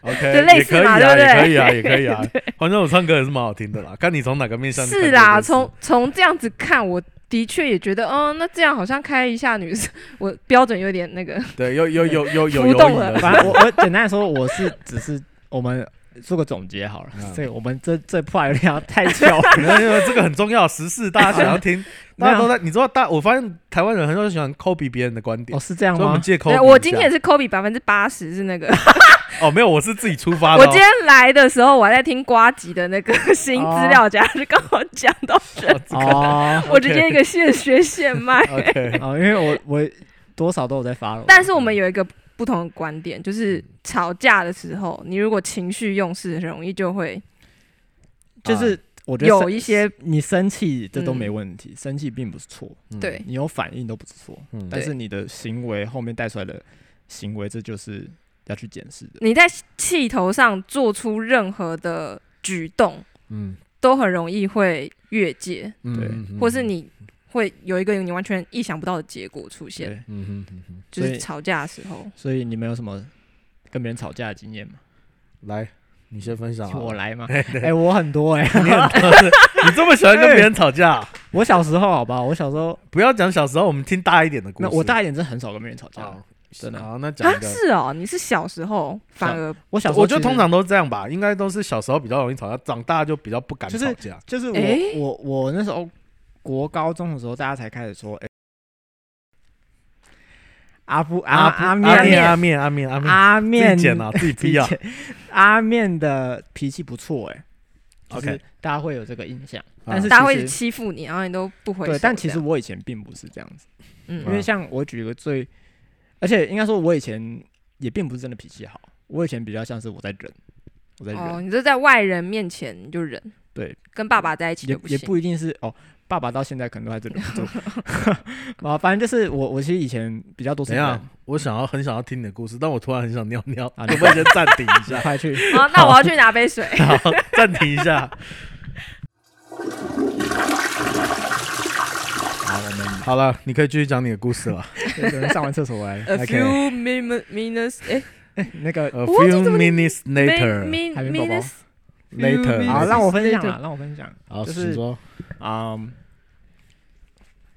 Speaker 1: OK，
Speaker 2: 就类
Speaker 1: 也
Speaker 2: 似
Speaker 1: 可以
Speaker 2: 嘛
Speaker 1: 啊，
Speaker 2: 对不对
Speaker 1: 也可以啊，也可以 啊。黄宗武唱歌也是蛮好听的啦，看你从哪个面向看这
Speaker 2: 是
Speaker 1: 件事。
Speaker 2: 啦，从从这样子看，我的确也觉得，哦，那这样好像开一下女生，我标准有点那个，
Speaker 1: 对，有有有有有
Speaker 2: 浮
Speaker 1: 有
Speaker 2: 动
Speaker 1: 有
Speaker 2: 了
Speaker 1: 有
Speaker 3: 反正我我简单来说，我是只是我们做个总结好了
Speaker 1: 嗯，
Speaker 3: 这个我们这这破有点太巧 了，
Speaker 1: 没有没有这个很重要，时事大家想要 听，
Speaker 3: 没有
Speaker 1: 大家都在。你知道大，我发现台湾人很喜欢 copy 别人的观点
Speaker 3: 哦，，是这样
Speaker 1: 所以我
Speaker 3: 吗
Speaker 1: 们？借 copy
Speaker 2: 对
Speaker 1: 一下。
Speaker 2: 我今天也是 Kobe 百分之八十是那个，
Speaker 1: 哦，没有，我是自己出发的
Speaker 2: 我
Speaker 1: 哦。
Speaker 2: 今天来的时候我还在听瓜吉的那个 新资料夹，就刚好讲 到这，
Speaker 3: 哦
Speaker 2: 我直接一个现学现卖。
Speaker 1: OK，
Speaker 3: 哦，因为我我多少都有在发了，
Speaker 2: 但是我们有一个不同的观点，就是吵架的时候，你如果情绪用事，很容易就会
Speaker 1: 啊
Speaker 3: 就是我觉得
Speaker 2: 有
Speaker 3: 生
Speaker 2: 一些
Speaker 3: 你生气这都没
Speaker 2: 嗯哎
Speaker 3: 问题，生气并不是错，
Speaker 1: 嗯
Speaker 2: 对，
Speaker 3: 你有反应都不是错，
Speaker 1: 嗯
Speaker 3: 但是你的行为后面带出来的行为，这就是要去检视的。
Speaker 2: 你在气头上做出任何的举动，
Speaker 1: 嗯，
Speaker 2: 都很容易会越界。
Speaker 1: 嗯
Speaker 3: 对
Speaker 1: 嗯嗯
Speaker 2: 或是你会有一个你完全意想不到的结果出现，
Speaker 3: 对，
Speaker 1: 嗯嗯嗯嗯，
Speaker 2: 就
Speaker 3: 所
Speaker 2: 是
Speaker 3: 以
Speaker 2: 吵架的时候。
Speaker 3: 所以你们有什么跟别人吵架的经验吗？
Speaker 1: 来，你先分享啊。
Speaker 3: 请我来吗？哎，我很多哎，
Speaker 1: 你很多事， 你这么喜欢跟别人吵架？
Speaker 3: 我小时候好吧，我小时候
Speaker 1: 不要讲小时候，我们听大一点的故事。
Speaker 3: 那我大一点真的很少跟别人吵架
Speaker 1: 好。，
Speaker 3: 真的
Speaker 1: 好，那讲
Speaker 2: 啊
Speaker 1: 一，个。
Speaker 2: 是哦，你是小时候反而
Speaker 3: 我小时候
Speaker 1: 我觉
Speaker 3: 其
Speaker 1: 得
Speaker 3: 实
Speaker 1: 通常都这样吧，应该都是小时候比较容易吵架，长大就比较不敢
Speaker 3: 就是
Speaker 1: 吵架。
Speaker 3: 就是我、
Speaker 2: 诶
Speaker 3: 我我那时候国高中的时候，大家才开始说，哎、阿布阿阿
Speaker 1: 阿面
Speaker 3: 啊面
Speaker 1: 阿啊面阿面阿面，
Speaker 3: 阿
Speaker 1: 自
Speaker 3: 面
Speaker 1: 己剪啊，自 己
Speaker 3: 自己
Speaker 1: 逼啊。
Speaker 3: 剪阿面的脾气不错、哎。就是
Speaker 1: OK
Speaker 3: 大家会有这个印象，
Speaker 1: 啊
Speaker 3: 但是
Speaker 2: 大家会
Speaker 3: 其实
Speaker 2: 欺负你，然后你都不回手这
Speaker 3: 对，
Speaker 2: 样。
Speaker 3: 但其实我以前并不是这样子，因
Speaker 2: 嗯
Speaker 3: 为像我举一个最，而且应该说，我以前也并不是真的脾气好，我以前比较像是我在忍，我在忍，
Speaker 2: 哦，你就在外人面前你就忍，
Speaker 3: 对，
Speaker 2: 跟爸爸在一起
Speaker 3: 也
Speaker 2: 就
Speaker 3: 也
Speaker 2: 行。
Speaker 3: 不一定是哦。爸爸到现在可能都还是忍不住，啊，反正就是我，我其实以前比较多是
Speaker 1: 怎
Speaker 3: 忍
Speaker 1: 样？我想要很想要听你的故事，但我突然很想尿尿，
Speaker 3: 啊 你
Speaker 1: 可
Speaker 3: 啊
Speaker 1: 不可以先暂停一下？
Speaker 2: 哦
Speaker 3: 快去，
Speaker 2: 好，那我要去拿杯水。
Speaker 1: 好，暂停一下。好了，你可以继续讲你的故事了。
Speaker 3: 有人上完厕所回来
Speaker 2: A
Speaker 3: 哎，OK，
Speaker 2: few min- minutes，哎
Speaker 3: 那个
Speaker 1: A
Speaker 2: 我忘记
Speaker 1: few
Speaker 2: 怎么
Speaker 1: minutes later,
Speaker 2: min
Speaker 3: 海绵宝宝
Speaker 2: minutes，
Speaker 1: later。
Speaker 2: few
Speaker 3: 好，
Speaker 2: minutes
Speaker 3: 让我分享
Speaker 2: 对
Speaker 3: 啊，
Speaker 2: 对
Speaker 3: 让我分享
Speaker 1: 好，
Speaker 3: 就
Speaker 1: 请
Speaker 3: 是
Speaker 1: 说。
Speaker 3: 啊，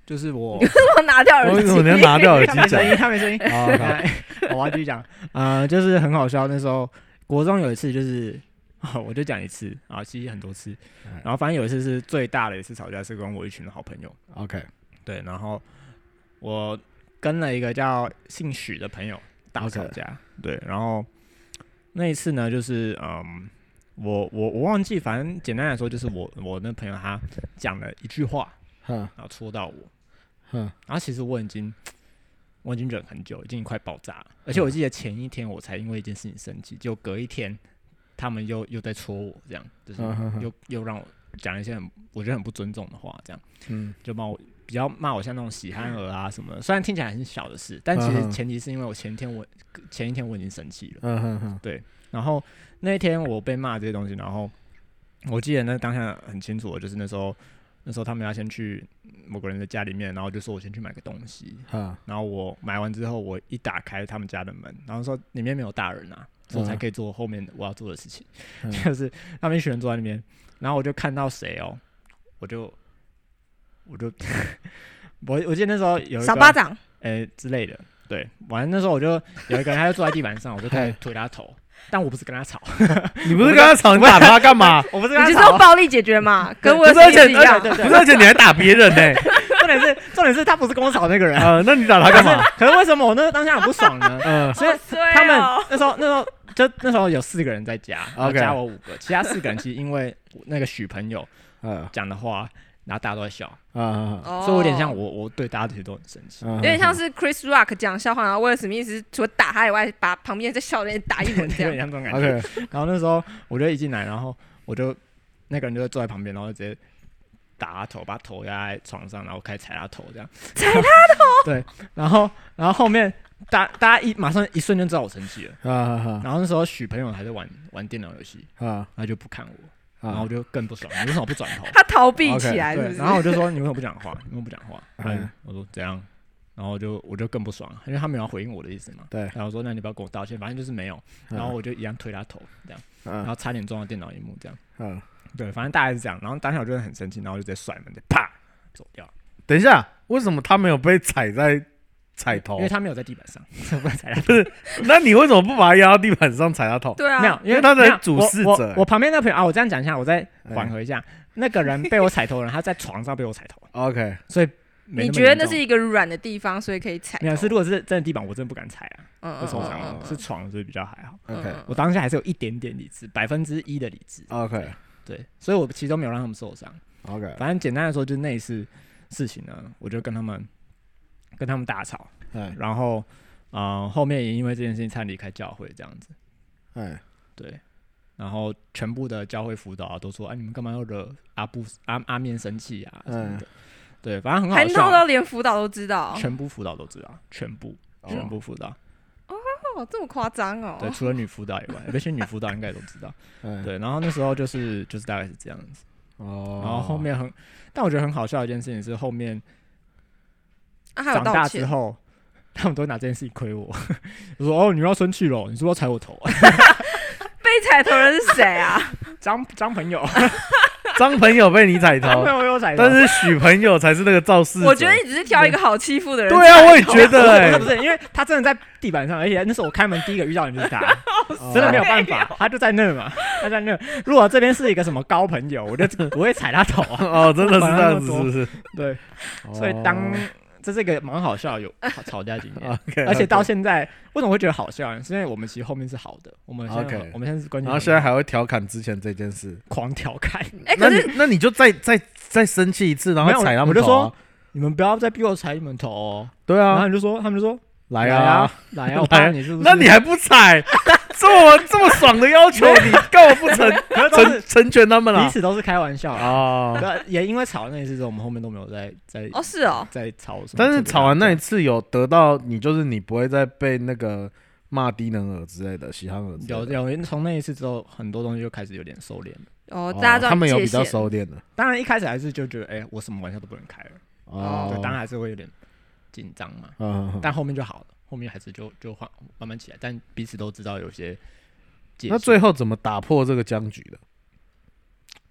Speaker 3: 就是我
Speaker 2: 你为什么拿掉耳
Speaker 1: 我为什
Speaker 2: 机？
Speaker 1: 么你要拿掉耳 机
Speaker 3: 他没
Speaker 1: 讲
Speaker 3: 声？音，他没声音。
Speaker 1: 好 好好
Speaker 3: 我要继续讲，呃，就是很好笑。那时候国中有一次，就是哦我就讲一次啊，其实很多次
Speaker 1: 嗯。
Speaker 3: 然后反正有一次是最大的一次吵架，是跟我一群的好朋友。
Speaker 1: ，OK，
Speaker 3: 对，然后我跟了一个叫姓许的朋友大吵
Speaker 1: OK
Speaker 3: 架。对，然后那一次呢，就是嗯，我我我忘记，反正简单来说，就是我我那朋友他讲了一句话，
Speaker 1: 哼
Speaker 3: 然后戳到我，
Speaker 1: 哼，
Speaker 3: 然后其实我已经我已经忍很久，已经快爆炸了。而
Speaker 1: 嗯
Speaker 3: 且我记得前一天我才因为一件事情生气，就隔一天他们又又在戳我，这样就是
Speaker 1: 嗯哼哼
Speaker 3: 又又让我讲一些很我觉得很不尊重的话，这样
Speaker 1: 嗯
Speaker 3: 就骂我比较骂我像那种喜憨儿啊什么的。虽然听起来很小的事，但其
Speaker 1: 嗯
Speaker 3: 实
Speaker 1: 哼
Speaker 3: 前提是因为我前一天我前一天我已经生气了，
Speaker 1: 嗯哼哼，
Speaker 3: 然后那一天我被骂这些东西，然后我记得那当下很清楚，就是那时候。那时候他们要先去某个人的家里面，然后就说我先去买个东西，
Speaker 1: 哈，
Speaker 3: 然后我买完之后，我一打开他们家的门，然后说里面没有大人啊，所以我才
Speaker 1: 嗯
Speaker 3: 可以做后面我要做的事情，
Speaker 1: 嗯
Speaker 3: 就是他们一群人坐在那边，然后我就看到谁哦，我就我就 我我记得那时候有一
Speaker 2: 赏巴
Speaker 3: 个
Speaker 2: 掌，
Speaker 3: 呃之类的，对，完了那时候我就有一个人他就坐在地板上，我就开始
Speaker 1: 嘿
Speaker 3: 推他头，但我不是跟他吵，
Speaker 1: 你不是跟他吵，你打他干嘛？
Speaker 3: 我不是
Speaker 2: 你
Speaker 3: 跟他
Speaker 2: 就是用
Speaker 3: 吵，
Speaker 2: 暴力解决 嘛，跟我
Speaker 1: 不是而且
Speaker 2: 是一样。哦
Speaker 1: 不是，而且你还打别人呢？
Speaker 3: 重 点是重点是他不是跟我吵那个人，
Speaker 1: 啊，那你打他干嘛？
Speaker 3: 可是为什么我那当下很不爽呢？
Speaker 1: 嗯
Speaker 3: 所以
Speaker 2: 好衰
Speaker 3: 他们
Speaker 2: 哦
Speaker 3: 那时候那时候就那时候有四个人在家，然后
Speaker 1: OK
Speaker 3: 加我五个，其他四个人其实因为那个许朋友
Speaker 1: 嗯
Speaker 3: 讲的话，然后大家都在笑，
Speaker 1: 啊啊，
Speaker 2: 哦
Speaker 3: 所以我有点像我我对大家其实都很生气。
Speaker 1: 有
Speaker 2: 有点像
Speaker 3: 嗯
Speaker 2: 是 Chris Rock 讲笑话，然后威尔史密斯除了打他以外，把旁边在笑的人打一轮
Speaker 3: 有
Speaker 2: 这
Speaker 3: 点
Speaker 2: 样。
Speaker 3: 像这种感觉。
Speaker 1: OK，
Speaker 3: 然后那时候我就一进来，然后我就那个人就坐在旁边，然后就直接打他头，把他头压在床上，然后开始踩他头，这样
Speaker 2: 踩
Speaker 3: 他头。对，然后然后后面大大家一马上一瞬间知道我生气了。
Speaker 1: 啊啊
Speaker 3: 然后那时候许朋友还在玩玩电脑游戏，
Speaker 1: 啊
Speaker 3: 他就不看我，然后
Speaker 1: 啊
Speaker 3: 我就更不爽，你为什么不转头？
Speaker 2: 他逃避起来是不
Speaker 3: 对，
Speaker 2: 是？
Speaker 3: 然后我就说你为什么不讲话？你为什么不讲话？
Speaker 1: 嗯
Speaker 3: 嗯，我说怎样？然后我就我就更不爽，因为他没有要回应我的意思嘛。
Speaker 1: 对嗯
Speaker 3: 然后我说那你不要跟我道歉，反正就是没有。然后我就一样推他头这样，然
Speaker 1: 啊
Speaker 3: 后差点撞到电脑荧幕这样。
Speaker 1: 啊！
Speaker 3: 对，反正大概是这样。然后当下我就很生气，然后我就直接甩门，就啪走掉。
Speaker 1: 等一下，为什么他没有被踩在踩头
Speaker 3: 因为？他没有在地板上，不能踩他头。
Speaker 1: 那你为什么不把他压到地板上踩他头？
Speaker 2: 对啊，
Speaker 3: 没有，
Speaker 1: 因为
Speaker 3: 为
Speaker 1: 他在
Speaker 3: 没有
Speaker 1: 主
Speaker 3: 我
Speaker 1: 事
Speaker 3: 我
Speaker 1: 者
Speaker 3: 我旁边那朋友啊，我这样讲一下，我再
Speaker 1: 哎
Speaker 3: 缓和一下。那个人被我踩头的人，他在床上被我踩头，
Speaker 1: OK，
Speaker 3: 所以没
Speaker 2: 你
Speaker 3: 么
Speaker 2: 觉得
Speaker 3: 严
Speaker 2: 那
Speaker 3: 重
Speaker 2: 是一个软的地方，所以可以踩头？
Speaker 3: 没有？是如果是真的地板，我真的不敢踩啊。
Speaker 2: 嗯
Speaker 3: 会受伤
Speaker 1: 嗯嗯
Speaker 3: 的，
Speaker 1: 嗯
Speaker 3: 是床，所以比较还好。
Speaker 2: 嗯
Speaker 1: OK
Speaker 2: 嗯
Speaker 3: 我当下还是有一点点理智，百分之一的理智，
Speaker 1: OK
Speaker 3: 对，所以我其实都没有让他们受伤。
Speaker 1: OK，
Speaker 3: 反正简单来说，就是那一次事情呢，我就跟他们跟他们大吵，
Speaker 1: 哎
Speaker 3: 然后嗯、呃后面也因为这件事情差点离开教会这样子，
Speaker 1: 哎，
Speaker 3: 对，然后全部的教会辅导、啊、都说，哎、你们干嘛要惹阿布阿阿面生气啊什么的，对，反正很好
Speaker 2: 韩透
Speaker 3: 笑，
Speaker 2: 到连辅导都知道，
Speaker 3: 全部辅导都知道，全部
Speaker 1: 哦
Speaker 3: 全部辅导，
Speaker 2: 哦，这么夸张哦
Speaker 3: 对，。除了女辅导以外，而且女辅导应该也都知道。
Speaker 1: 哎
Speaker 3: 对，然后那时候就是就是大概是这样子，
Speaker 1: 哦，
Speaker 3: 然后后面很，但我觉得很好笑的一件事情是后面
Speaker 2: 啊，还有
Speaker 3: 长
Speaker 2: 道
Speaker 3: 大之
Speaker 2: 歉，
Speaker 3: 后，他们都拿这件事情亏我， 我说哦你要生气了，你是不是要踩我头 啊？
Speaker 2: 被踩头的是谁 啊？
Speaker 3: 张张朋友，
Speaker 1: 张朋友 被你 踩
Speaker 3: 张
Speaker 1: 头
Speaker 3: 朋，友又踩头，
Speaker 1: 但是许朋友才是那个肇事者。
Speaker 2: 我觉得你只是挑一个好欺负的人。
Speaker 1: 对啊，我也觉得
Speaker 3: 不
Speaker 1: 哎
Speaker 3: 是，不是，因为他真的在地板上，而且那时候我开门第一个遇到的就是他，
Speaker 1: 哦
Speaker 3: 真的没有办 法，他就在那嘛，他在那。如果这边是一个什么高朋友，我就不会踩他头 啊。
Speaker 1: 哦，真的 是这样子，是不是？
Speaker 3: 对， 所以当
Speaker 1: 哦
Speaker 3: 这是一个蛮好笑的有吵吵架经验。
Speaker 1: OK，
Speaker 3: 而且到现在，为什么会觉得好笑呢？是因为我们其实后面是好的，我们现在
Speaker 1: OK
Speaker 3: 我们现在是关键，
Speaker 1: 然后现在还会调侃之前这件事。
Speaker 3: 狂调侃，
Speaker 2: 哎，可
Speaker 1: 那你
Speaker 2: 是
Speaker 1: 那你就再再再生气一次，然后
Speaker 3: 没有
Speaker 1: 踩他
Speaker 3: 我
Speaker 1: 们
Speaker 3: 就
Speaker 1: 头啊
Speaker 3: 说 你们不要再逼我踩你们头哦。
Speaker 1: 对
Speaker 3: 然后
Speaker 1: 啊，
Speaker 3: 你就说，他们就说
Speaker 1: 来啊
Speaker 3: 啊，，来啊，我怕你是不是？
Speaker 1: 那你还不踩？ 这么这么爽的要求，你干嘛不 成
Speaker 3: 可是都
Speaker 1: 成
Speaker 3: 是
Speaker 1: 成全他们
Speaker 3: 彼
Speaker 1: 了？
Speaker 3: 此都是开玩笑啊。
Speaker 1: 哦，
Speaker 3: 对也因为吵那一次之后，我们后面都没有再再
Speaker 2: 哦是哦，
Speaker 3: 再吵什么。
Speaker 1: 但是吵完那一，次有得到你，就是你不会再被那个骂低能儿之类的、喜憨儿之类
Speaker 3: 有
Speaker 1: 的。
Speaker 3: 有从那一次之后，很多东西就开始有点收敛了。
Speaker 2: 哦
Speaker 1: 哦，
Speaker 2: 大家知道
Speaker 1: 他们有
Speaker 2: 界
Speaker 1: 比较
Speaker 2: 限。
Speaker 1: 收敛的。
Speaker 3: 当然一开始还是就觉得，哎，我什么玩笑都不能开了。
Speaker 1: 哦，
Speaker 3: 对，当然还是会有点紧张嘛，
Speaker 1: 嗯，嗯，嗯
Speaker 3: 但后面就好了，后面还是就就缓慢慢起来，但彼此都知道有些界限。
Speaker 1: 那最后怎么打破这个僵局的？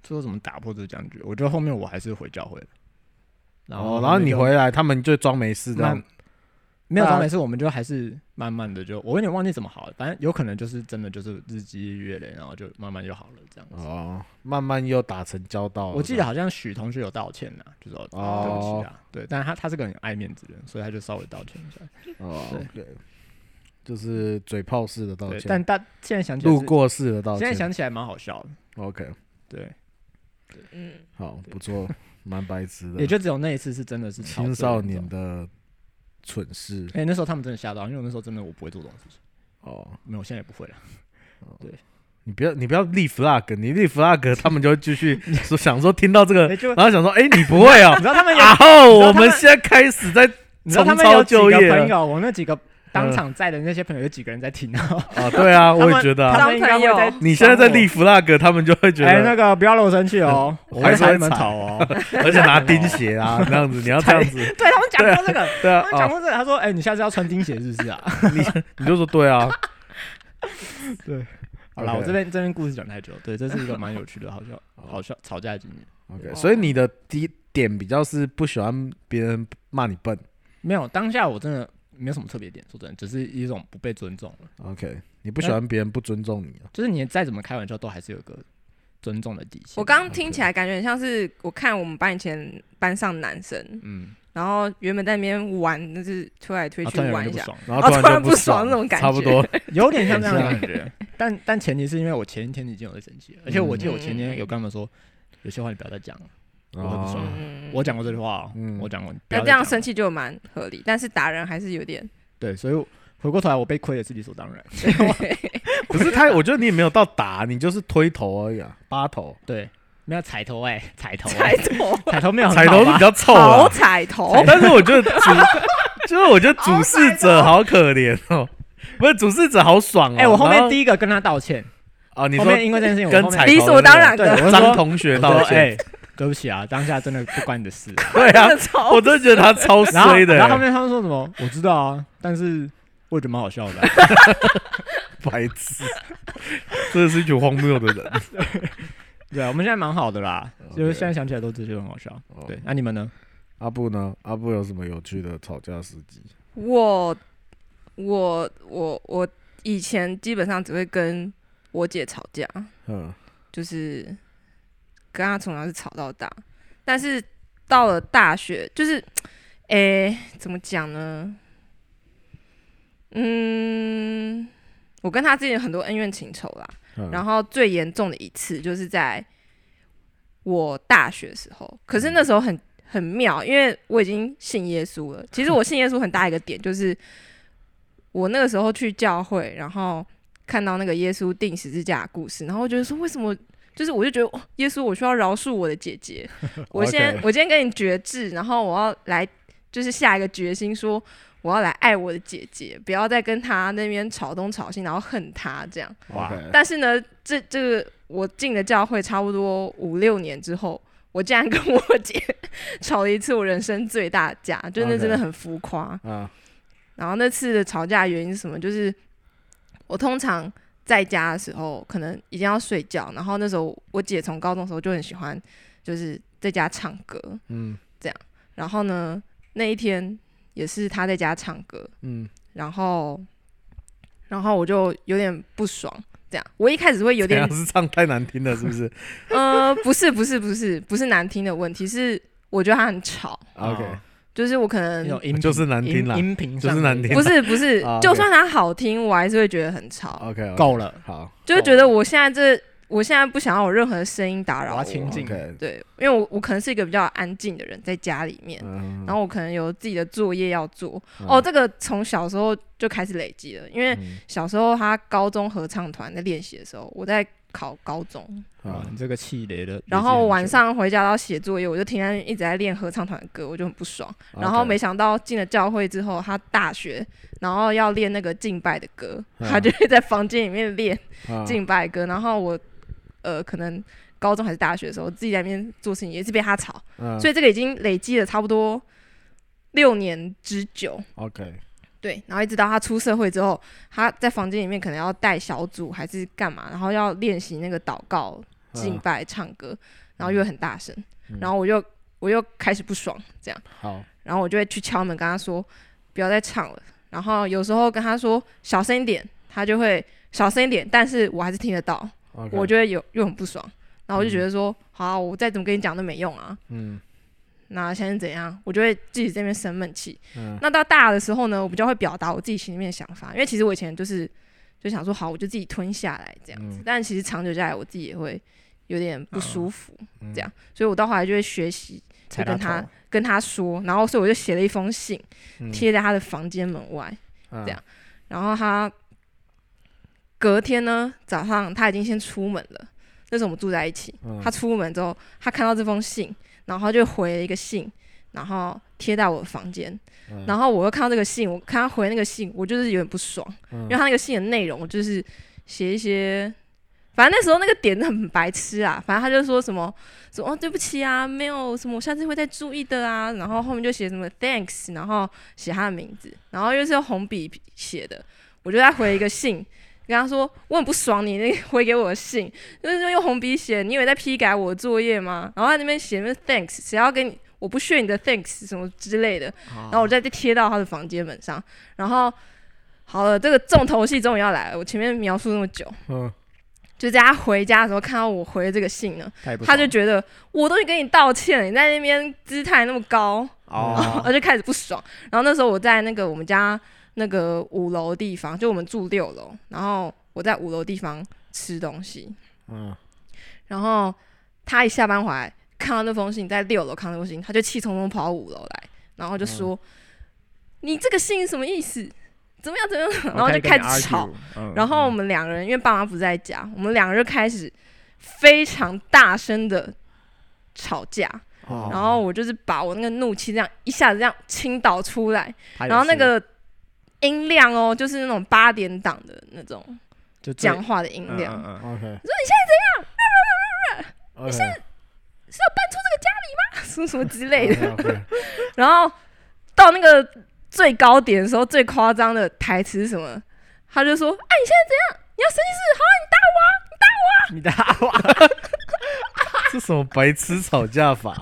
Speaker 3: 最后怎么打破这个僵局？我觉得后面我还是回教会了，然后、
Speaker 1: 哦，然后你回来，他们就装没事这样
Speaker 3: 慢。没有
Speaker 1: 那
Speaker 3: 装没事，我们就还是慢慢的就，我有点忘记怎么好了，反正有可能就是真的就是日积月累，然后就慢慢就好了这样子。
Speaker 1: 哦，慢慢又打成交道了。
Speaker 3: 我记得好像许同学有道歉呐、就是说、
Speaker 1: 哦
Speaker 3: 对不起啊，对，但他他是个很爱面子的人，所以他就稍微道歉一下。
Speaker 1: 哦，对，就是嘴炮式的道
Speaker 3: 对
Speaker 1: 歉，，
Speaker 3: 但但现在想起来是
Speaker 1: 路，过式的道
Speaker 3: 现
Speaker 1: 歉。
Speaker 3: 在想起来蛮好笑的，
Speaker 1: OK，
Speaker 3: 对，
Speaker 2: 嗯，
Speaker 1: 好，不错，蛮白痴的，
Speaker 3: 也就只有那一次是真的是吵
Speaker 1: 青少
Speaker 3: 这
Speaker 1: 年
Speaker 3: 种。
Speaker 1: 的蠢事
Speaker 3: 哎、那时候他们真的吓到，因为我那时候真的我不会做这种事情，
Speaker 1: 哦。
Speaker 3: 没有，我现在也不 会了。
Speaker 1: 你不要，你不要立 flag，你 立 flag，他们就会继续说，想说听到这个
Speaker 3: 哎，就
Speaker 1: 然后想说，哎，你不会哦
Speaker 3: 你，知道他们有，
Speaker 1: 然
Speaker 3: 你
Speaker 1: 后
Speaker 3: 知道
Speaker 1: 我
Speaker 3: 他
Speaker 1: 们
Speaker 3: 们
Speaker 1: 现在开始在
Speaker 3: 你知道他们
Speaker 1: 重操
Speaker 3: 有几
Speaker 1: 旧
Speaker 3: 个
Speaker 1: 业
Speaker 3: 朋
Speaker 1: 了
Speaker 3: 友，我那几个当场在的那些朋友有几个人在听啊？
Speaker 1: 啊，对啊，我也觉得啊，
Speaker 3: 他们应该会在
Speaker 2: 当
Speaker 1: 你现在在立
Speaker 3: 立，
Speaker 1: flag，他们就会觉
Speaker 3: 哎，那
Speaker 1: 得，
Speaker 3: 个不要让我生气哦，
Speaker 1: 我
Speaker 3: 我
Speaker 1: 还
Speaker 3: 会
Speaker 1: 是会
Speaker 3: 喊你们
Speaker 1: 踩
Speaker 3: 吵 哦。
Speaker 1: 而且拿钉鞋啊，那 样子，你要这样子，
Speaker 3: 对啊他们讲过这个，
Speaker 1: 对啊
Speaker 3: 哎他，们
Speaker 1: 哦
Speaker 3: 讲过这个，他说，哎，你下次要穿钉鞋是不是啊？
Speaker 1: 你就说对啊，
Speaker 3: 好了，
Speaker 1: OK
Speaker 3: 我这边这边故事讲太久，对，这是一个蛮有趣的，好 笑好笑吵架的经验。
Speaker 1: OK，
Speaker 2: 哦
Speaker 1: 所以你的第点比较是不喜欢别人骂你笨。
Speaker 3: 没有，当下我真的没有什么特别点，说真的，只是一种不被尊重了。
Speaker 1: OK，你不喜欢别人不尊重你啊？
Speaker 3: 就是你再怎么开玩笑，都还是有个尊重的底线。
Speaker 2: 我刚刚听起来感觉很像是我看我们班以前班上男生，
Speaker 3: 嗯，
Speaker 2: 然后原本在那边玩，就是推来推
Speaker 3: 啊
Speaker 2: 去
Speaker 3: 突然有
Speaker 2: 玩
Speaker 3: 人
Speaker 2: 一
Speaker 3: 就不
Speaker 2: 下，
Speaker 3: 爽了，
Speaker 1: 然
Speaker 2: 哦
Speaker 1: 后
Speaker 2: 突
Speaker 1: 然
Speaker 2: 然
Speaker 1: 就
Speaker 2: 不
Speaker 1: 爽
Speaker 2: 爽那种感
Speaker 1: 差不多。
Speaker 3: 有点像这样的
Speaker 1: 很像
Speaker 3: 感觉。但但前提是因为我前一天已经有在生气了，而且我记得我前天有跟他们说，有些话你不要再讲了。我很不爽
Speaker 1: 哦
Speaker 2: 嗯，
Speaker 3: 我讲过这句话哦
Speaker 1: 嗯，
Speaker 3: 我讲过，你不
Speaker 2: 那
Speaker 3: 要
Speaker 2: 这
Speaker 3: 再
Speaker 2: 样
Speaker 3: 讲
Speaker 2: 生
Speaker 3: 了。
Speaker 2: 气就蛮合理，但是打人还是有点
Speaker 3: 对，所以我回过头来，我被亏也是理所当然。
Speaker 1: 可是他，我觉得你也没有到打，你就是推头而已啊，八头，
Speaker 3: 对，没有踩头哎，踩 头
Speaker 2: 彩
Speaker 3: 哎，
Speaker 2: 头，
Speaker 3: 踩头没有很
Speaker 1: 踩
Speaker 3: 好
Speaker 1: 头是
Speaker 3: 吧
Speaker 1: 比较臭
Speaker 2: 好
Speaker 1: 啊。
Speaker 2: 彩头，
Speaker 1: 但是我觉得主， 就是我觉得主事者好可怜哦，不是主事者好爽哦。
Speaker 3: 哎，我后
Speaker 1: 然
Speaker 3: 面第一个跟他道歉，
Speaker 1: 啊，你
Speaker 3: 后
Speaker 1: 说
Speaker 3: 面因为这件事情，我
Speaker 1: 跟
Speaker 3: 后
Speaker 1: 踩
Speaker 3: 面
Speaker 1: 头
Speaker 2: 理所当然
Speaker 3: 对，
Speaker 2: 的，
Speaker 3: 我
Speaker 1: 张
Speaker 3: 说
Speaker 1: 同学
Speaker 3: 我
Speaker 1: 道
Speaker 3: 说
Speaker 1: 歉，
Speaker 3: 哎，对不起啊，当下真的不关你的事啊。
Speaker 1: 对啊
Speaker 2: 真，的超
Speaker 1: 我真的觉得他超
Speaker 3: 然后
Speaker 1: 衰的
Speaker 3: 然后后
Speaker 1: 欸，
Speaker 3: 面他们说什么？我知道啊，但是我也觉得蛮好笑的啊。
Speaker 1: 欸白痴，真的是一群荒谬的人。
Speaker 3: 对啊，我们现在蛮好的啦，
Speaker 1: OK
Speaker 3: 就是现在想起来都这些很好笑。
Speaker 1: 哦
Speaker 3: 对，那你们呢？
Speaker 1: 阿布呢？阿布有什么有趣的吵架事迹？
Speaker 2: 我我我我以前基本上只会跟我姐吵架，
Speaker 1: 嗯，
Speaker 2: 就是跟她从小是吵到大，但是到了大学，就是，诶、怎么讲呢？嗯，我跟她之间有很多恩怨情仇啦，然
Speaker 1: 后
Speaker 2: 后最严重的一次就是在我大学时候，可是那时候很很妙，因为我已经信耶稣了。其实我信耶稣很大一个点就是，我那个时候去教会，然后看到那个耶稣钉十字架的故事，然后我觉得说为什么？就是我就觉得、哦、耶稣，我需要饶恕我的姐姐，我今天
Speaker 1: OK
Speaker 2: 我今天跟你决志，然后我要来就是下一个决心说。我要来爱我的姐姐，不要再跟她那边吵东吵西，然后恨她这样。
Speaker 1: 哇，
Speaker 2: 但是呢，这这个我进了教会差不多五六年之后，我竟然跟我姐 吵了一次我人生最大的架，就那
Speaker 1: OK
Speaker 2: 真的很浮夸。
Speaker 1: 啊，
Speaker 2: 然后那次的吵架原因是什么？就是我通常在家的时候，可能一定要睡觉，然后那时候我姐从高中的时候就很喜欢，就是在家唱歌。
Speaker 1: 嗯
Speaker 2: 然后呢，那一天也是她在家唱歌，
Speaker 1: 嗯，
Speaker 2: 然后然后我就有点不爽。这样，我一开始会有
Speaker 1: 有点
Speaker 2: 点
Speaker 1: 是唱太难听了，是 不是
Speaker 2: 呃，不是，不是，不是，不是难听的问题，是我觉得他很吵，
Speaker 1: ？OK，
Speaker 2: 就是我可
Speaker 3: 那
Speaker 2: 能
Speaker 3: 种音频
Speaker 1: 就是难听啦
Speaker 3: 音音频
Speaker 1: 就是
Speaker 3: 上
Speaker 1: 难
Speaker 3: 的
Speaker 1: 听
Speaker 2: 不是不是
Speaker 1: 啊，
Speaker 2: 就
Speaker 1: OK 哦
Speaker 2: 算他好听，我还是会觉得很吵，
Speaker 1: ，OK，
Speaker 3: 够了，
Speaker 1: 好
Speaker 2: 就会觉
Speaker 1: 哦
Speaker 2: 得我现在这，我现在不想要有任何声音打
Speaker 3: 我
Speaker 2: 扰
Speaker 3: 要清静。
Speaker 1: 嗯，OK，
Speaker 2: 对，因为我我可能是一个比较安静的人，在家里面，
Speaker 1: 嗯，
Speaker 2: 然后我可能有自己的作业要做，
Speaker 1: 嗯
Speaker 2: 哦，，这个从小时候就开始累积了，因为
Speaker 1: 嗯
Speaker 2: 小时候他高中合唱团在练习的时候，我在考高中，
Speaker 3: 啊
Speaker 1: 好，
Speaker 2: 嗯
Speaker 3: 你这个气雷的。
Speaker 2: 然后晚上回家要写作业，我就天天一直在练合唱团的歌，我就很不爽。然后
Speaker 1: OK
Speaker 2: 没想到进了教会之后，他大学然后要练那个敬拜的歌，
Speaker 1: 嗯
Speaker 2: 他就会在房间里面练
Speaker 1: 啊
Speaker 2: 敬拜歌。然后我呃，可能高中还是大学的时候，自己在那边做事情也是被他吵，
Speaker 1: 嗯
Speaker 2: 所以这个已经累积了差不多六年之久。
Speaker 1: OK，
Speaker 2: 对，然后一直到他出社会之后，他在房间里面可能要带小组还是干嘛，然后要练习那个祷告、敬
Speaker 1: 嗯
Speaker 2: 拜、唱歌，然后又很大声，
Speaker 1: 嗯
Speaker 2: 然后我又我又开始不爽，这样，
Speaker 1: 好，
Speaker 2: 然后我就会去敲门跟他说不要再唱了，然后有时候跟他说小声一点，他就会小声一点，但是我还是听得到，
Speaker 1: o k
Speaker 2: 我就会有又很不爽，然后我就觉得说、好啊、我再怎么跟你讲都没用啊，
Speaker 1: 嗯
Speaker 2: 那现在怎样？我就会自己这边生闷气，
Speaker 1: 嗯
Speaker 2: 那到大的时候呢，我比较会表达我自己心里面的想法，因为其实我以前就是就想说好，我就自己吞下来这样子，
Speaker 1: 嗯
Speaker 2: 但其实长久下来，我自己也会有点不舒服，
Speaker 1: 嗯
Speaker 2: 这样，所以我到后来就会学习
Speaker 3: 踩
Speaker 2: 跟
Speaker 3: 到
Speaker 2: 他
Speaker 3: 头，
Speaker 2: 跟他说，然后所以我就写了一封信
Speaker 1: 嗯
Speaker 2: 贴在他的房间门外，
Speaker 1: 这
Speaker 2: 样然后他隔天呢早上他已经先出门了，那时候我们住在一起，
Speaker 1: 嗯
Speaker 2: 他出门之后，他看到这封信，然后他就回了一个信，然后贴在我的房间。
Speaker 1: 嗯
Speaker 2: 然后我又看到这个信，我看他回那个信，我就是有点不爽，
Speaker 1: 嗯
Speaker 2: 因为他那个信的内容就是写一些，反正那时候那个点很白痴啊，反正他就说什么什么哦对不起啊，没有什么，我下次会再注意的啊，然后后面就写什么 thanks，然后写他的名字，然后又是用红笔写的，我就再回一个信。跟他说我很不爽你那个回给我的信，就是用红笔写，你以为在批改我的作业吗？然后在那边写那 thanks，谁要跟你我不屑你的 thanks 什么之类的，然后我再贴到他的房间门上。然后好了，这个重头戏终于要来了。我前面描述那么久，
Speaker 1: 嗯
Speaker 2: 就在他回家的时候看到我回的这个信呢，
Speaker 3: 他也不
Speaker 2: 他就
Speaker 3: 爽
Speaker 2: 觉得我都已经跟你道歉了，你在那边姿态那么高，
Speaker 1: 啊
Speaker 2: 然
Speaker 3: 哦，
Speaker 2: 后就开始不爽。然后那时候我在那个我们家那个五楼的地方，就我们住六楼，然后我在五楼地方吃东西，
Speaker 1: 嗯
Speaker 2: 然后他一下班回来，看到那封信在六楼，看到那封信，他就气冲冲跑到五楼来，然后就说：“你这个信是什么意思？怎么样怎么样？”
Speaker 3: 哦
Speaker 2: 然后就开始吵。，
Speaker 3: 嗯
Speaker 2: 然后我们两个人因为爸妈不在家，我们两个人就开始非常大声的吵架。
Speaker 1: 哦
Speaker 2: 然后我就是把我那个怒气这样一下子这样倾倒出来，
Speaker 3: 他也
Speaker 2: 然后那
Speaker 3: 哎是
Speaker 2: 个音量哦，就是那种八点档的那种
Speaker 3: 就最
Speaker 2: 讲话的音量，
Speaker 3: 嗯嗯嗯
Speaker 1: ，OK，说你现在怎样？你现在
Speaker 3: 嗯
Speaker 2: 什么什么之类的。
Speaker 1: OK，
Speaker 2: 然后到那个最高点的时候，最夸张的台词是什么？他就说：“哎，你现在怎样？你要生气是好啊，你打我啊！
Speaker 3: 你的哇，
Speaker 1: 这什么白痴吵架法？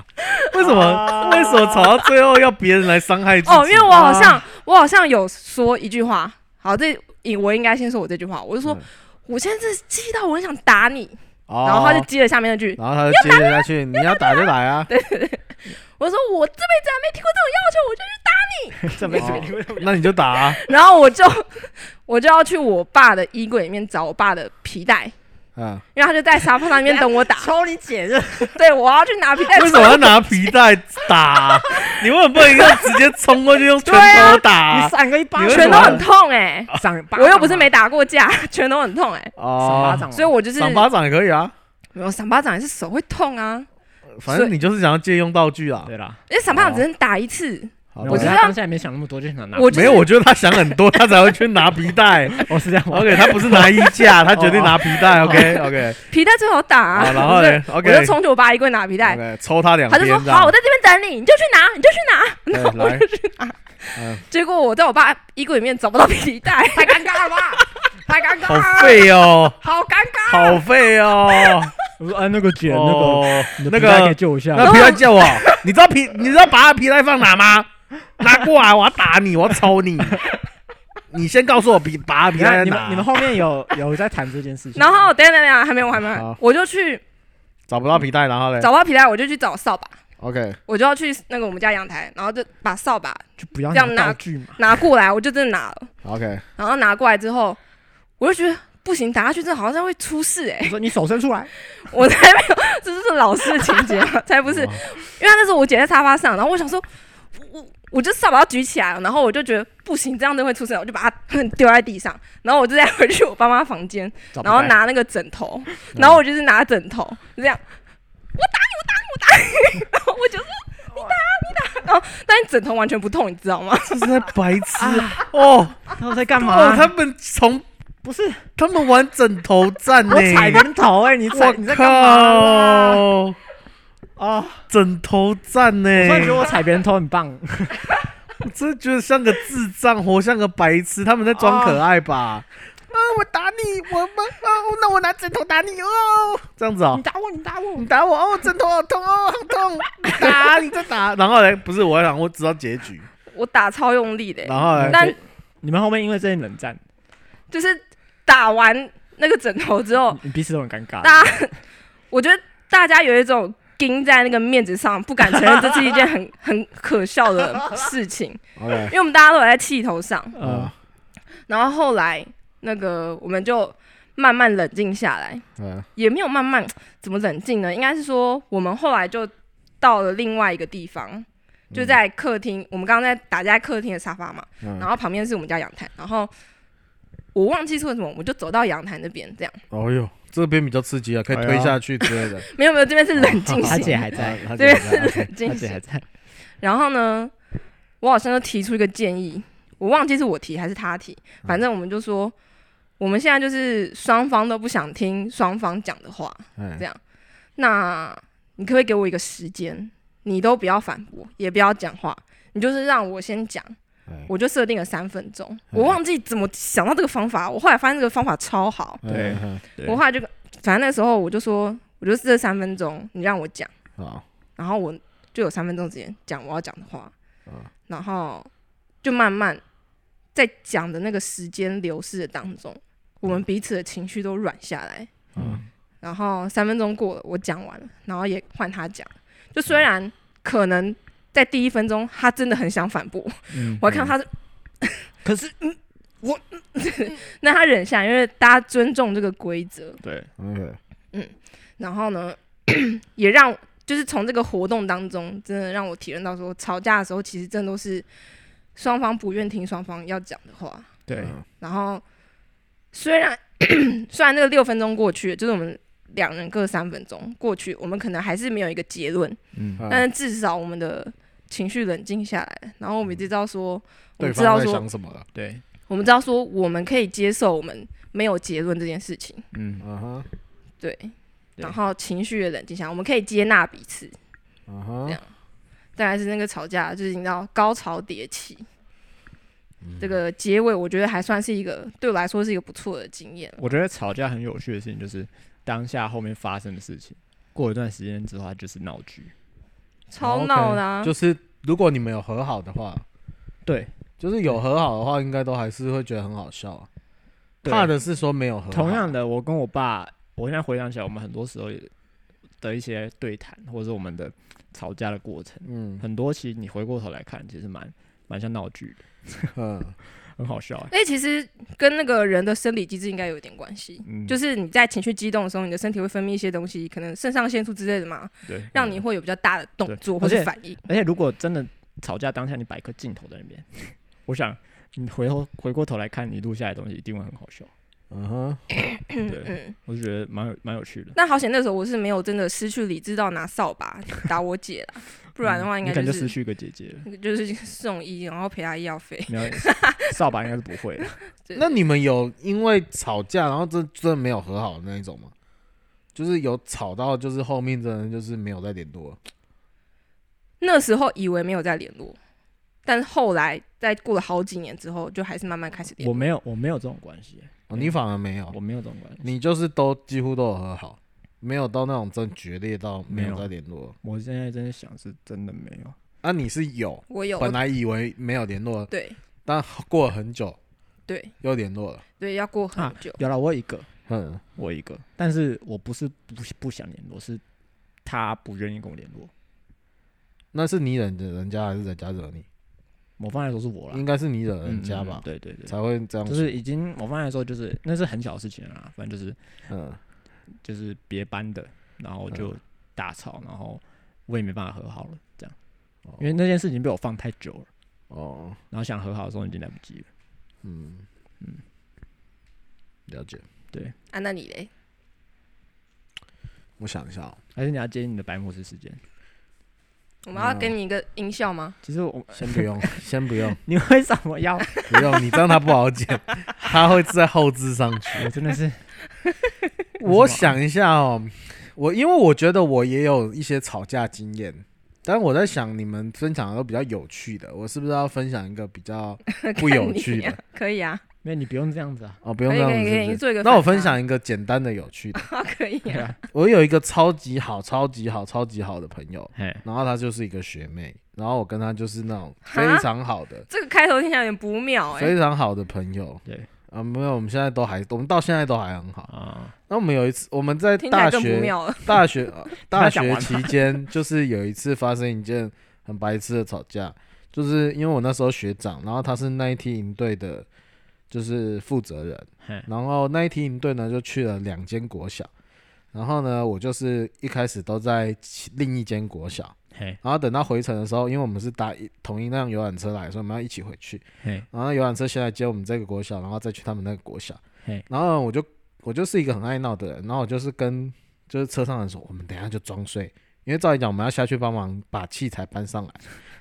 Speaker 1: 为什么为什么吵到最后要别人来伤害自己？
Speaker 2: 啊哦，因为我好像、
Speaker 1: 啊
Speaker 2: 我好像有说一句话，好，这我应该先说我这句话，我就说、
Speaker 1: 嗯
Speaker 2: 我现在真是气到我很想打你，
Speaker 1: 哦，
Speaker 2: 然后他就接了下面那句，
Speaker 1: 然后他就接着下 去，你要打就啊打呀。
Speaker 2: 我说我这辈子还没听过这种要求，我就去打
Speaker 3: 这没
Speaker 2: 哦
Speaker 3: 水流，
Speaker 1: 那你就打啊，
Speaker 2: 你， 然后我就我就要去我爸的衣柜里面找我爸的皮带。
Speaker 1: 嗯，
Speaker 2: 因为他就在沙发上面等我打，
Speaker 3: 抽你姐这
Speaker 2: 对我要去拿皮带。
Speaker 1: 为什么要拿皮带打？你为什么不能够直接冲过去用拳头
Speaker 3: 你
Speaker 2: 啊
Speaker 1: 打？
Speaker 3: 闪个一巴
Speaker 1: 你为什
Speaker 2: 拳
Speaker 1: 么
Speaker 2: 头很痛哎、
Speaker 3: 闪巴掌
Speaker 2: 我又不是
Speaker 3: 嘛
Speaker 2: 没打过架，拳头很痛哎、
Speaker 3: 闪巴
Speaker 1: 哦，
Speaker 3: 掌嘛，啊
Speaker 2: 所以我就是
Speaker 1: 赏巴掌也可以啊，
Speaker 2: 没有闪巴掌也是手会痛啊，
Speaker 1: 反正你就是想要借用道具啊。
Speaker 3: 对啦，
Speaker 2: 因为闪巴掌只能打一次，
Speaker 1: 好
Speaker 3: 没有
Speaker 1: 吧
Speaker 3: 我觉得
Speaker 2: 知
Speaker 3: 他
Speaker 2: 道
Speaker 3: 当下也没想那么多，就想拿。
Speaker 2: 我就是
Speaker 1: 没有，我觉得他想很多，他才会去拿皮带。
Speaker 3: 我是这样，
Speaker 1: OK，他不是拿衣架，他决定拿皮带。OK OK，
Speaker 2: 皮带最好打哦啊。
Speaker 1: 好，然后
Speaker 2: 我就
Speaker 1: 呢
Speaker 2: 我就
Speaker 1: ？OK，
Speaker 2: 冲去我爸衣柜拿皮带，
Speaker 1: OK，抽他两
Speaker 2: 他就
Speaker 1: 边
Speaker 2: 说
Speaker 1: 这
Speaker 2: 好，我
Speaker 1: 样。
Speaker 2: 在这边等你，你就去拿，你就去拿。
Speaker 1: 对来，
Speaker 2: 结果我在我爸衣柜里面找不到皮带，太尴尬 了吧？太尴尬
Speaker 1: 好废哦，
Speaker 2: 好尴尬。
Speaker 1: 好废 哦。
Speaker 3: 我说哎那个姐那
Speaker 1: 哦，
Speaker 3: 个
Speaker 1: 那
Speaker 3: 给
Speaker 1: 个
Speaker 3: 救一下，
Speaker 1: 那皮带借我， 你知道皮，你知道把他皮带放哪吗？拿过来，我要打你，我要 抽你。你先告诉我皮，把他皮
Speaker 3: 你
Speaker 1: 带在
Speaker 3: 看你
Speaker 1: 哪？
Speaker 3: 们你们后面有有在谈这件事情，
Speaker 2: 然后等一下等一下还没完还没完
Speaker 1: 好，
Speaker 2: 我就去
Speaker 1: 找不到皮带，然后嘞
Speaker 2: 找不到皮带，我就去找扫把，
Speaker 1: ，OK，
Speaker 2: 我就要去那个我们家阳台，然后就把扫把
Speaker 3: 就不要
Speaker 2: 这样拿
Speaker 3: 拿道具嘛，
Speaker 2: 拿过来，我就真的拿了。
Speaker 1: OK，
Speaker 2: 然后拿过来之后，我就觉得不行，打下去真的好像会出事哎、
Speaker 3: 我说你手伸出来，
Speaker 2: 我才没有， 这就是老师的情节啊，才不
Speaker 1: 哦
Speaker 2: 是，因为那时候我姐在沙发上，然后我想说，我我我就扫把要举起来了，然后我就觉得不行，这样真的会出事，我就把它嗯丢在地上，然后我就再回去我爸妈房间，
Speaker 3: 找不嗯
Speaker 2: 然后
Speaker 3: 到
Speaker 2: 拿那个枕头，然后我就是拿枕头就这样，我打你，我打你，我打你，然后我就说你打，你打，然后但是枕头完全不痛，你知道吗？
Speaker 1: 这是在白痴
Speaker 2: 啊
Speaker 1: 哦
Speaker 3: 他们在干
Speaker 1: 哦，
Speaker 3: 嘛？
Speaker 1: 他们从
Speaker 3: 不是
Speaker 1: 他们玩枕头战呢，欸
Speaker 3: 我踩人头哎，你踩
Speaker 1: 我
Speaker 3: 你在干嘛啦？
Speaker 1: 靠，
Speaker 3: 哦，
Speaker 1: 啊枕头战呢
Speaker 3: 哎
Speaker 1: 欸
Speaker 3: 我突然觉得我踩别人头很棒，
Speaker 1: 真的觉得像个智障，活像个白痴，他们在装可爱吧？啊，我打你，我们啊，那我拿枕头打你哦，这样子哦
Speaker 3: 你，打我，你打我
Speaker 1: 你，打我哦，枕头好痛哦，好 痛，你打你再打，然后嘞，不是我还想我知道结局，
Speaker 2: 我打超用力的、
Speaker 1: 然后嘞，
Speaker 2: 但
Speaker 3: 你们后面因为这些冷战，
Speaker 2: 就是打完那个枕头之后，
Speaker 3: 你彼此都很尴尬。
Speaker 2: 大家，我觉得大家有一种盯在那个面子上，不敢承认这是一件很 很可笑的事情，
Speaker 1: OK，
Speaker 2: 因为我们大家都有在气头上。
Speaker 1: 嗯啊
Speaker 3: 呃，
Speaker 2: 然后后来那个我们就慢慢冷静下来，
Speaker 1: 嗯，
Speaker 2: 也没有慢慢怎么冷静呢？应该是说我们后来就到了另外一个地方，就
Speaker 3: 嗯
Speaker 2: 在客厅。我们刚刚在打架在客厅的沙发嘛，
Speaker 1: 嗯
Speaker 2: 然后旁边是我们家阳台，然后我忘记是为什么，我就走到阳台那边，这样
Speaker 1: 哦呦，这边比较刺激啊，可以推下去之类的。
Speaker 2: 没有没有，这边是冷静
Speaker 3: 他
Speaker 2: 型，
Speaker 3: 姐还在，
Speaker 1: 啊，
Speaker 2: 对
Speaker 1: 他
Speaker 2: 冷
Speaker 3: 他
Speaker 2: 静
Speaker 3: 姐还
Speaker 2: 型。
Speaker 3: 在，
Speaker 2: 然后呢，我好像就提出一个建议，我忘记是我提还是他提，反正我们就说。我们现在就是双方都不想听双方讲的话，这
Speaker 1: 哎，
Speaker 2: 样，那你可不可以给我一个时间？你都不要反驳，也不要讲话，你就是让我先讲。
Speaker 1: 哎
Speaker 2: 我就设定了三分钟，
Speaker 1: 嗯
Speaker 2: 我忘记怎么想到这个方法。我后来发现这个方法超好，
Speaker 3: 对
Speaker 1: 哎
Speaker 3: 对
Speaker 2: 我后来就反正那时候我就说，我就这三分钟你让我讲，
Speaker 1: 好，
Speaker 2: 然后我就有三分钟时间讲我要讲的话
Speaker 1: 嗯，
Speaker 2: 然后就慢慢在讲的那个时间流逝的当中，我们彼此的情绪都软下来。
Speaker 1: 嗯，
Speaker 2: 然后三分钟过了，我讲完了，然后也换他讲。就虽然可能在第一分钟他真的很想反驳，
Speaker 3: 嗯
Speaker 2: 我还看到他是，
Speaker 3: 可是嗯
Speaker 2: 那他忍下来，因为大家尊重这个规则。
Speaker 3: 对，
Speaker 1: 嗯 OK，
Speaker 2: 然后呢，也让就是从这个活动当中，真的让我体验到说，吵架的时候其实真的都是双方不愿听双方要讲的话。
Speaker 3: 对，
Speaker 1: 嗯
Speaker 2: 然后虽然 虽然那个六分钟过去了，就是我们两人各三分钟过去，我们可能还是没有一个结论。
Speaker 3: 嗯，
Speaker 2: 但是至少我们的情绪冷静下来，然后我们知道说，我
Speaker 1: 嗯对
Speaker 2: 们知
Speaker 1: 方
Speaker 2: 道
Speaker 1: 在
Speaker 2: 说
Speaker 1: 想，什么了？
Speaker 3: 对，
Speaker 2: 我们知道说，我们可以接受我们没有结论这件事情，
Speaker 3: 嗯，
Speaker 1: 嗯哼，
Speaker 2: 对，然后情绪也冷静下来，我们可以接纳彼此。
Speaker 1: 嗯哼
Speaker 2: 这样再来是那个吵架，就是你知道高潮迭起，
Speaker 3: 嗯
Speaker 1: 嗯
Speaker 2: 这个结尾我觉得还算是一个对我来说是一个不错的经验。
Speaker 3: 我觉得吵架很有趣的事情就是当下后面发生的事情，过一段时间之后它就是闹剧。
Speaker 2: 超闹的、啊
Speaker 1: 就是如果你们有和好的话，
Speaker 3: 对，
Speaker 1: 就是有和好的话，应该都还是会觉得很好笑啊。
Speaker 3: 对
Speaker 1: 怕的是说没有和好，
Speaker 3: 同样的，我跟我爸，我现在回想起来，我们很多时候也的一些对谈，或者是我们的吵架的过程，
Speaker 1: 嗯
Speaker 3: 很多其实你回过头来看，其实蛮蛮像闹剧的，
Speaker 1: 嗯，
Speaker 3: 很好笑、欸。
Speaker 2: 哎、其实跟那个人的生理机制应该有点关系，
Speaker 3: 嗯，
Speaker 2: 就是是你在情绪激动的时候，你的身体会分泌一些东西，可能肾上腺素之类的嘛，
Speaker 3: 对，
Speaker 2: 让你会有比较大的动作
Speaker 3: 嗯对
Speaker 2: 或
Speaker 3: 而
Speaker 2: 是
Speaker 3: 且
Speaker 2: 反应。
Speaker 3: 而且如果真的吵架当下，你摆一颗镜头在那边， 我想你回头回过头来看你录下来的东西，一定会很好笑。
Speaker 1: 嗯哼，
Speaker 2: 嗯
Speaker 3: 对
Speaker 2: 嗯，
Speaker 3: 我就觉得蛮有蛮有趣的，
Speaker 2: 那好险，那时候我是没有真的失去理智到拿扫把打我姐啦，不然的话
Speaker 3: 嗯
Speaker 2: 应
Speaker 3: 你
Speaker 2: 该
Speaker 3: 可能
Speaker 2: 就
Speaker 3: 就是失去一个姐 姐了。
Speaker 2: 就是送医，然后赔她医药费。
Speaker 3: 没有扫把应该是不会的，
Speaker 2: 对
Speaker 1: 那你们有因为吵架，然后真真的没有和好的那一种吗？就是有吵到，就是后面真的就是没有再联络了。
Speaker 2: 那时候以为没有再联络，但是后来在过了好几年之后，就还是慢慢开始联
Speaker 3: 我
Speaker 2: 络。
Speaker 3: 没有我没有这种关系，
Speaker 1: 哦你反而没有
Speaker 3: 我，没有这种关系，
Speaker 1: 你就是都几乎都有和好，没有到那种真决裂到
Speaker 3: 没
Speaker 1: 没有
Speaker 3: 有
Speaker 1: 再联络。
Speaker 3: 我现在真的想是真的没有，
Speaker 1: 啊，你是有，
Speaker 2: 我有
Speaker 1: 本来以为没有联络，
Speaker 2: 对
Speaker 1: 但过了很久
Speaker 2: 对
Speaker 1: 又联络了。
Speaker 2: 对，要过很
Speaker 3: 啊
Speaker 2: 久。
Speaker 3: 有了我有一个
Speaker 1: 嗯，
Speaker 3: 我有一个，但是我不是不不想联络，是他不愿意跟我联络，
Speaker 1: 那是你惹人家还是人家惹你？
Speaker 3: 某方面来说是我啦
Speaker 1: 应，该是你惹
Speaker 3: 嗯
Speaker 1: 人家
Speaker 3: 嗯
Speaker 1: 吧，
Speaker 3: 对对对，
Speaker 1: 才会这样
Speaker 3: 就。是已经某方面来说就是那是很小的事情了啦，反正就是
Speaker 1: 嗯，
Speaker 3: 就是别班的，然后就大吵，然后我也没办法和好了，这样，因为那件事情被我放太久了，
Speaker 1: 哦，
Speaker 3: 然后想和好的时候已经来不及了。
Speaker 1: 嗯
Speaker 3: 嗯
Speaker 1: 了解。
Speaker 2: 啊，那你嘞？
Speaker 1: 我想一下、哦，
Speaker 3: 还是你要接你的白幕式事件？
Speaker 2: 我们要给你一个音效吗？
Speaker 1: 啊
Speaker 3: 其实我，
Speaker 1: 先不 用，先不用，
Speaker 3: 你为什么要？
Speaker 1: 不用，你这样他不好剪，他会在后置上 去。
Speaker 3: 我真的是，
Speaker 1: 我想一下哦，我因为我觉得我也有一些吵架经验，但我在想，你们分享的都比较有趣的，我是不是要分享一个 比较不有趣的？
Speaker 2: 可以啊，
Speaker 3: 没有你不用这样子啊，
Speaker 1: 哦，不用
Speaker 2: 可以
Speaker 1: 这样
Speaker 2: 可
Speaker 1: 子
Speaker 2: 以可以，你
Speaker 1: 是
Speaker 2: 做一个
Speaker 1: 不
Speaker 2: 反差。
Speaker 1: 是。那我分享一个简单的有趣的。
Speaker 2: 啊， 可以啊，
Speaker 1: 我有一个超级好、超级好、超级好的朋友，
Speaker 3: 嘿，
Speaker 1: 然后她就是一个学妹，然后我跟她就是那种非
Speaker 2: 哈
Speaker 1: 常好的、
Speaker 2: 这个开头听起来有点不妙哎、
Speaker 1: 非常好的朋友。
Speaker 3: 对
Speaker 1: 啊，没有，我们现在都还，我们到现在都还很好。
Speaker 3: 啊，
Speaker 1: 那我们有一次，我们在
Speaker 2: 听起来
Speaker 1: 大
Speaker 2: 更不
Speaker 1: 学
Speaker 2: 妙了。
Speaker 1: 大学、呃大
Speaker 3: 讲
Speaker 1: 学
Speaker 3: 完
Speaker 1: 期间，就是有一次发生一件很白痴的吵架，就是因为我那时候学长，然后他是那一梯营队的，就是负责人
Speaker 3: 嘿，
Speaker 1: 然后那一梯营队呢就去了两间国小，然后呢我就是一开始都在其另一间国小，
Speaker 3: 嘿，
Speaker 1: 然后等到回程的时候，因为我们是搭一同一辆游览车来，所以我们要一起回去。
Speaker 3: 嘿，
Speaker 1: 然后游览车先来接我们这个国小，然后再去他们那个国小
Speaker 3: 嘿。
Speaker 1: 然后我就我就是一个很爱闹的人，然后我就是跟就是车上人说，我们等一下就装睡，因为照理讲我们要下去帮忙把器材搬上来，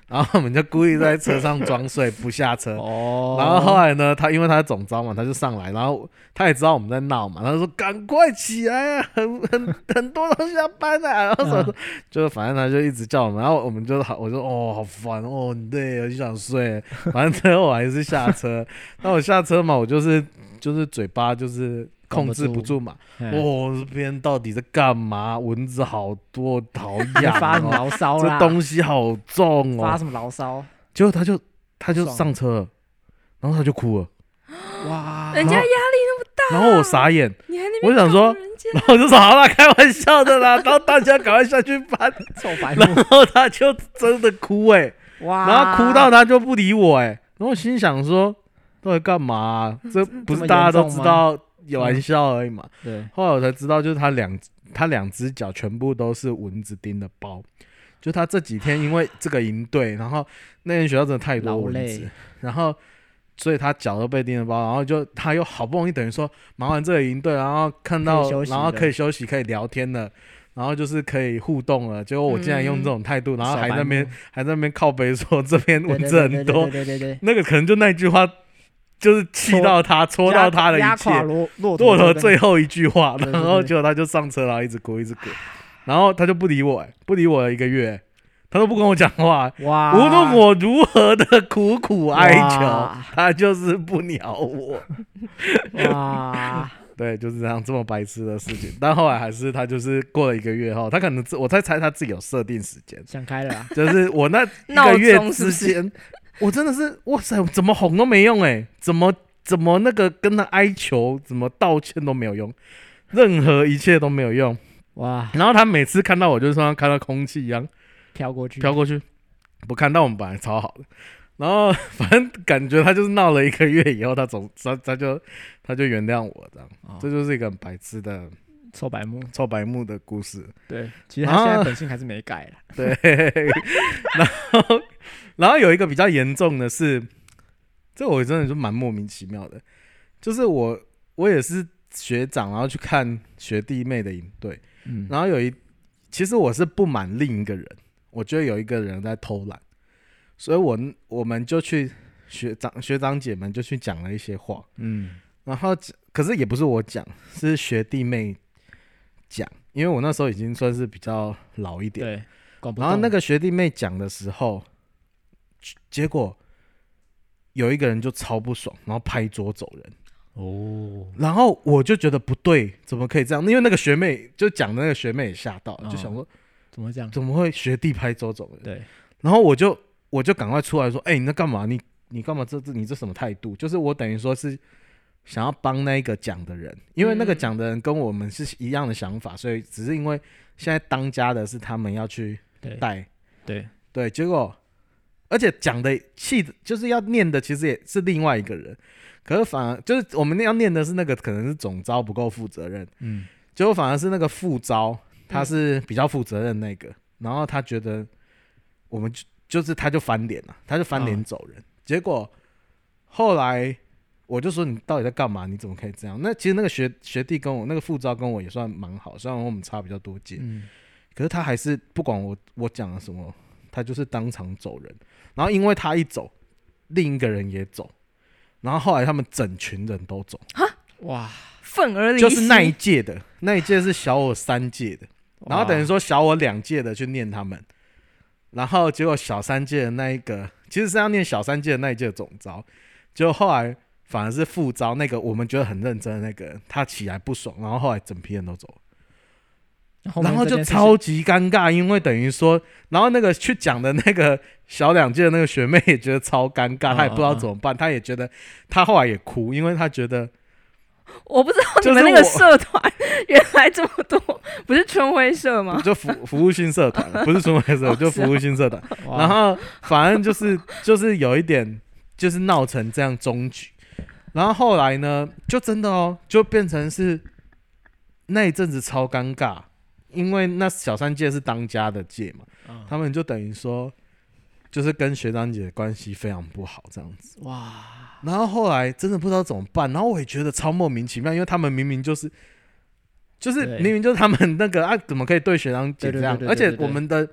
Speaker 1: 然后我们就故意在车上装睡不下车。
Speaker 3: 哦，
Speaker 1: 然后后来呢，他因为他是总招嘛，他就上来，然后他也知道我们在闹嘛，他就说赶快起来啊，很很很多东西要搬啊，然后什么
Speaker 3: 嗯
Speaker 1: 什么，就反正他就一直叫我们，然后我们就好，我就哦好烦哦，很累，我就想睡，反正最后我还是下车，那我下车嘛，我就是就是嘴巴就是。控制不住嘛！
Speaker 3: 嘿
Speaker 1: 哦，这边到底在干嘛？蚊子好多，好
Speaker 3: 你
Speaker 1: 痒
Speaker 3: 发什么
Speaker 1: 哦！
Speaker 3: 牢骚
Speaker 1: 这
Speaker 3: 啦？
Speaker 1: 东西好重
Speaker 3: 发
Speaker 1: 哦！
Speaker 3: 什么牢骚？
Speaker 1: 结果他就他就
Speaker 3: 爽
Speaker 1: 上车了，然后他就哭了。
Speaker 3: 哇，
Speaker 2: 人家压
Speaker 1: 然后
Speaker 2: 力，
Speaker 1: 然后我傻眼，
Speaker 2: 你还那边
Speaker 1: 啊我想说
Speaker 2: 搞，人家
Speaker 1: 然后我就说好啦，开玩笑的啦，然后大家赶快下去搬，
Speaker 3: 臭白目
Speaker 1: 然后他就真的哭哎、
Speaker 3: 哇，
Speaker 1: 然后哭到他就不理我哎、然后我心想说，到底干嘛啊、这不是大家都知道有玩笑而已嘛？
Speaker 3: 对，
Speaker 1: 后来我才知道，就是他两他两只脚全部都是蚊子叮的包。就他这几天因为这个营队，然后那间学校真的太多
Speaker 3: 劳
Speaker 1: 蚊子
Speaker 3: 累，
Speaker 1: 然后所以他脚都被叮了包，然后就他又好不容易等于说忙完这个营队，然后看
Speaker 3: 可
Speaker 1: 到
Speaker 3: 以休息
Speaker 1: 然后
Speaker 3: 的
Speaker 1: 可以休息可以聊天了，然后就是可以互动了，结果我竟然用这种态度，然后还在那边还在那边靠背说这边
Speaker 3: 小白目
Speaker 1: 蚊子很多，
Speaker 3: 对对对对对对，
Speaker 1: 那个可能就那句话就是气
Speaker 3: 戳
Speaker 1: 到他戳到他的
Speaker 3: 压
Speaker 1: 一
Speaker 3: 垮
Speaker 1: 切，
Speaker 3: 骆骆
Speaker 1: 骆
Speaker 3: 驼
Speaker 1: 驼
Speaker 3: 的
Speaker 1: 最后一句话，
Speaker 3: 对对
Speaker 1: 然后
Speaker 3: 对
Speaker 1: 结果他就上车，然后一直哭一直 哭，然后他就不理我、哎不理我了一个月，他都不跟我讲话、
Speaker 3: 哇，
Speaker 1: 无论我如何的苦苦哀求
Speaker 3: 哇，
Speaker 1: 他就是不鸟我。
Speaker 3: 哇，
Speaker 1: 对，就是这样，这么白痴的事情。但后来还是他就是过了一个月后，他可能自我在猜他自己有设定时间，
Speaker 3: 想开了 啊，
Speaker 1: 就是我那一
Speaker 2: 闹
Speaker 1: 个月
Speaker 2: 钟是不
Speaker 1: 之
Speaker 2: 是
Speaker 1: 间， 我真的是哇塞，怎么哄都没用哎、怎么怎么那个跟他哀求，怎么道歉都没有用，任何一切都没有用。
Speaker 3: 哇，
Speaker 1: 然后他每次看到我，就是像看到空气一样。
Speaker 3: 飘过去，
Speaker 1: 飘过去，不看到我们本来超好的，然后反正感觉他就是闹了一个月以后，他总他他就他就原谅我这样，
Speaker 3: 哦
Speaker 1: 这就是一个很白痴的
Speaker 3: 臭白目，
Speaker 1: 臭白目的故事。
Speaker 3: 对，其实他现在
Speaker 1: 啊
Speaker 3: 本性还是没改了，
Speaker 1: 对， 然后然后有一个比较严重的是，这我真的就蛮莫名其妙的，就是我我也是学长，然后去看学弟妹的营队，
Speaker 3: 嗯，
Speaker 1: 然后有一，其实我是不满另一个人，我觉得有一个人在偷懒，所以我我们就去学长学长姐们就去讲了一些话，
Speaker 3: 嗯，
Speaker 1: 然后可是也不是我讲，是学弟妹讲，因为我那时候已经算是比较老一点，
Speaker 3: 对，管不
Speaker 1: 然后
Speaker 3: 动
Speaker 1: 那个学弟妹讲的时候，结果有一个人就超不爽，然后拍桌走人。
Speaker 4: 哦，
Speaker 1: 然后我就觉得不对，怎么可以这样？因为那个学妹就讲的那个学妹也吓到了，就想说
Speaker 3: 怎么讲？
Speaker 1: 怎么会学弟拍周总人？
Speaker 3: 嗯对，
Speaker 1: 然后我就我就赶快出来说，哎、你在干嘛？你你干嘛这这你这什么态度？就是我等于说是想要帮那一个讲的人，因为那个
Speaker 2: 嗯
Speaker 1: 讲的人跟我们是一样的想法，所以只是因为现在当家的是他们要去
Speaker 3: 对
Speaker 1: 带，
Speaker 3: 对
Speaker 1: 对，结果而且讲的气的就是要念的，其实也是另外一个人，可是反而就是我们要念的是那个可能是总招不够负责任，
Speaker 3: 嗯，
Speaker 1: 结果反而是那个副招，他是比较负责任那个，然后他觉得我们就就是他就翻脸了，他就翻脸走人。结果后来我就说你到底在干嘛？你怎么可以这样？那其实那个学学弟跟我那个副招跟我也算蛮好，虽然我们差比较多届，
Speaker 3: 嗯，
Speaker 1: 可是他还是不管我我讲了什么，他就是当场走人。然后因为他一走，另一个人也走，然后后来他们整群人都走，
Speaker 3: 哇，
Speaker 2: 愤而离席，
Speaker 1: 就是那一届的那一届是小我三届的。然后等于
Speaker 3: 哇
Speaker 1: 说小我两届的去念他们，然后结果小三届的那一个，其实是要念小三届的那一届的总招，结果后来反而是副招那个我们觉得很认真的那个人，他起来不爽，然后后来整批人都走了。然后就超级尴尬，因为等于说，然后那个去讲的那个小两届的那个学妹也觉得超尴尬，她也不知道怎么办，她也觉得，她后来也哭，因为她觉得
Speaker 2: 我不知道
Speaker 1: 就
Speaker 2: 你们
Speaker 1: 是
Speaker 2: 那个
Speaker 1: 我
Speaker 2: 社团 原来这么多，不是春晖社吗？
Speaker 1: 就服服务性社团，不是纯白社，就服务性社团，然后反正就是 就是有一点就是闹成这样终局，然后后来呢，就真的哦，就变成是那一阵子超尴尬，因为那小三届是当家的届嘛。他们就等于说，就是跟学长姐关系非常不好这样子。
Speaker 3: 哇，
Speaker 1: 然后后来真的不知道怎么办，然后我也觉得超莫名其妙，因为他们明明就是，就是
Speaker 3: 对
Speaker 1: 明明就是他们那个啊，怎么可以对学长姐这样？
Speaker 3: 对对对对
Speaker 1: 而且
Speaker 3: 对对
Speaker 1: 我们的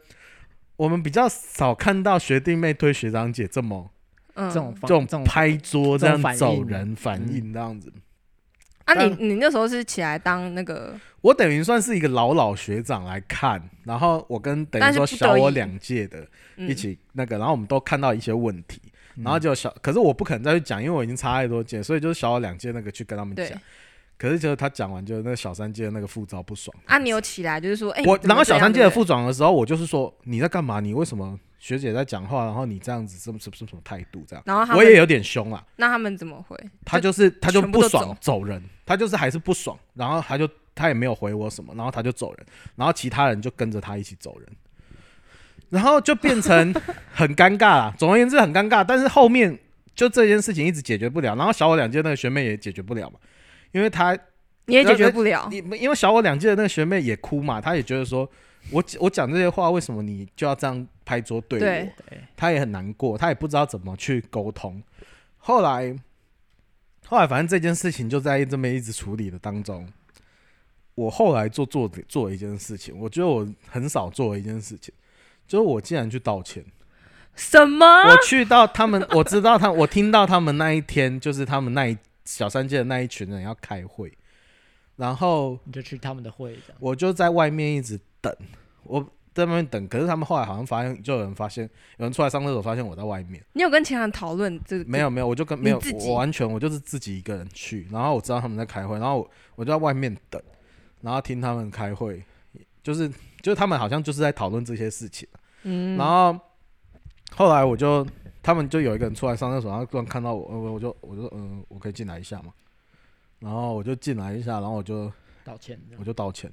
Speaker 1: 我们比较少看到学弟妹对学长姐这么
Speaker 2: 嗯，
Speaker 3: 这种方
Speaker 1: 这种
Speaker 3: 这种
Speaker 1: 拍桌这样
Speaker 3: 这种反应嗯
Speaker 1: 走人反应这样子。
Speaker 2: 啊你，你那时候是起来当那个，
Speaker 1: 我等于算是一个老老学长来看，然后我跟等于
Speaker 2: 但是
Speaker 1: 说
Speaker 2: 不
Speaker 1: 小
Speaker 2: 得
Speaker 1: 我
Speaker 2: 已
Speaker 1: 两届的
Speaker 2: 嗯、
Speaker 1: 一起那个，然后我们都看到一些问题，
Speaker 3: 嗯
Speaker 1: 然后就小，可是我不可能再去讲，因为我已经差太多届，所以就是小我两届那个去跟他们
Speaker 2: 对
Speaker 1: 讲。可是就是他讲完，就是那个小三届的那个副招不爽
Speaker 2: 啊，你有起来就是说，哎、
Speaker 1: 我
Speaker 2: 你，怎么
Speaker 1: 然后小
Speaker 2: 这样
Speaker 1: 三届的
Speaker 2: 对不
Speaker 1: 副长的时候，我就是说你在干嘛？你为什么学姐在讲话，然后你这样子什么什么什么态度这样
Speaker 2: 对？然后他
Speaker 1: 我
Speaker 2: 们
Speaker 1: 也有点凶啦，
Speaker 2: 那他们怎么回？
Speaker 1: 他就是他就
Speaker 2: 全部
Speaker 1: 不
Speaker 2: 都
Speaker 1: 爽走人，他就是还是不爽，然后他就他也没有回我什么，然后他就走人，然后其他人就跟着他一起走人，然后就变成很尴尬啦。 总而言之很尴尬，但是后面就这件事情一直解决不了，然后小我两届那个学妹也解决不了嘛，因为她
Speaker 2: 你也解决不了，
Speaker 1: 你因为小我两届的那个学妹也哭嘛，她也觉得说我我讲这些话为什么你就要这样拍桌对我？
Speaker 2: 对
Speaker 1: 他也很难过，他也不知道怎么去沟通。后来，后来反正这件事情就在这么一直处理的当中。我后来做做做了一件事情，我觉得我很少做的一件事情，就是我竟然去道歉。
Speaker 2: 什么？
Speaker 1: 我去到他们，我知道他，我听到他们那一天，就是他们那一小三届的那一群人要开会，然后
Speaker 3: 你就去他们的会这样，
Speaker 1: 我就在外面一直等，我在外面等。可是他们后来好像发现，就有人发现，有人出来上厕所，发现我在外面。
Speaker 2: 你有跟其他人讨论这个？
Speaker 1: 没有没有，我就跟没有
Speaker 2: 自，己
Speaker 1: 我完全我就是自己一个人去，然后我知道他们在开会，然后我我就在外面等，然后听他们开会，就是就是他们好像就是在讨论这些事情，
Speaker 2: 嗯，
Speaker 1: 然后后来我就他们就有一个人出来上厕所，然后突然看到我，呃我我就我就嗯、我可以进来一下嘛，然后我就进来一下，然后我就
Speaker 3: 道歉这
Speaker 1: 我
Speaker 3: 样，
Speaker 1: 就 道歉，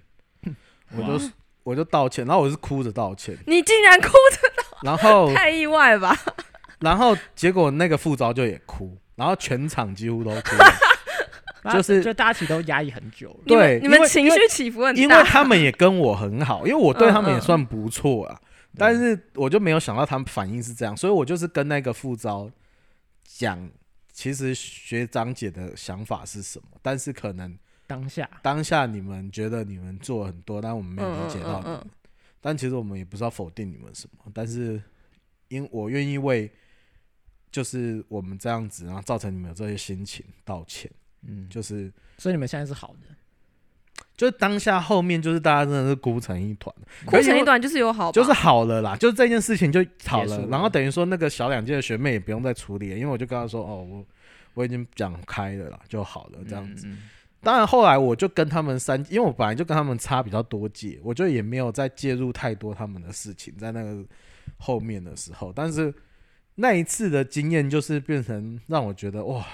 Speaker 1: 我就我就道歉，然后我是哭着道歉，
Speaker 2: 你竟然哭
Speaker 1: 然后
Speaker 2: 的太意外吧？
Speaker 1: 然后结果那个副招就也哭，然后全场 几乎都哭。
Speaker 3: 哇
Speaker 1: 就是
Speaker 3: 就大家其实都压抑很久了，
Speaker 2: 你
Speaker 1: 对
Speaker 2: 们你们
Speaker 1: 因为
Speaker 2: 情绪起伏很
Speaker 1: 因为
Speaker 2: 大，
Speaker 1: 他们也跟我很好，因为我对他们
Speaker 2: 嗯
Speaker 1: 也
Speaker 2: 嗯
Speaker 1: 算不错啊，但是我就没有想到他们反应是这样，所以我就是跟那个副招讲，其实学长姐的想法是什么，但是可能
Speaker 3: 当下
Speaker 1: 当下你们觉得你们做很多，但我们没有
Speaker 2: 嗯
Speaker 1: 理解到
Speaker 2: 嗯
Speaker 1: 你们
Speaker 2: 嗯嗯，
Speaker 1: 但其实我们也不是要否定你们什么，但是因我愿意为就是我们这样子，然后造成你们有这些心情道歉，
Speaker 3: 嗯，就
Speaker 1: 就是
Speaker 3: 所以你们现在是好的，
Speaker 1: 就是当下后面就是大家真的是哭成一团，
Speaker 2: 哭成一段就是有好吧，
Speaker 1: 就是好了啦，就是这件事情就好
Speaker 3: 结
Speaker 1: 了
Speaker 3: 束。了
Speaker 1: 然后等于说那个小两届的学妹也不用再处理了，因为我就跟她说哦，我我已经讲开了啦，就好了这样子。
Speaker 3: 嗯，
Speaker 1: 当然后来我就跟他们三，因为我本来就跟他们差比较多届，我就也没有再介入太多他们的事情，在那个后面的时候，但是那一次的经验就是变成让我觉得哇，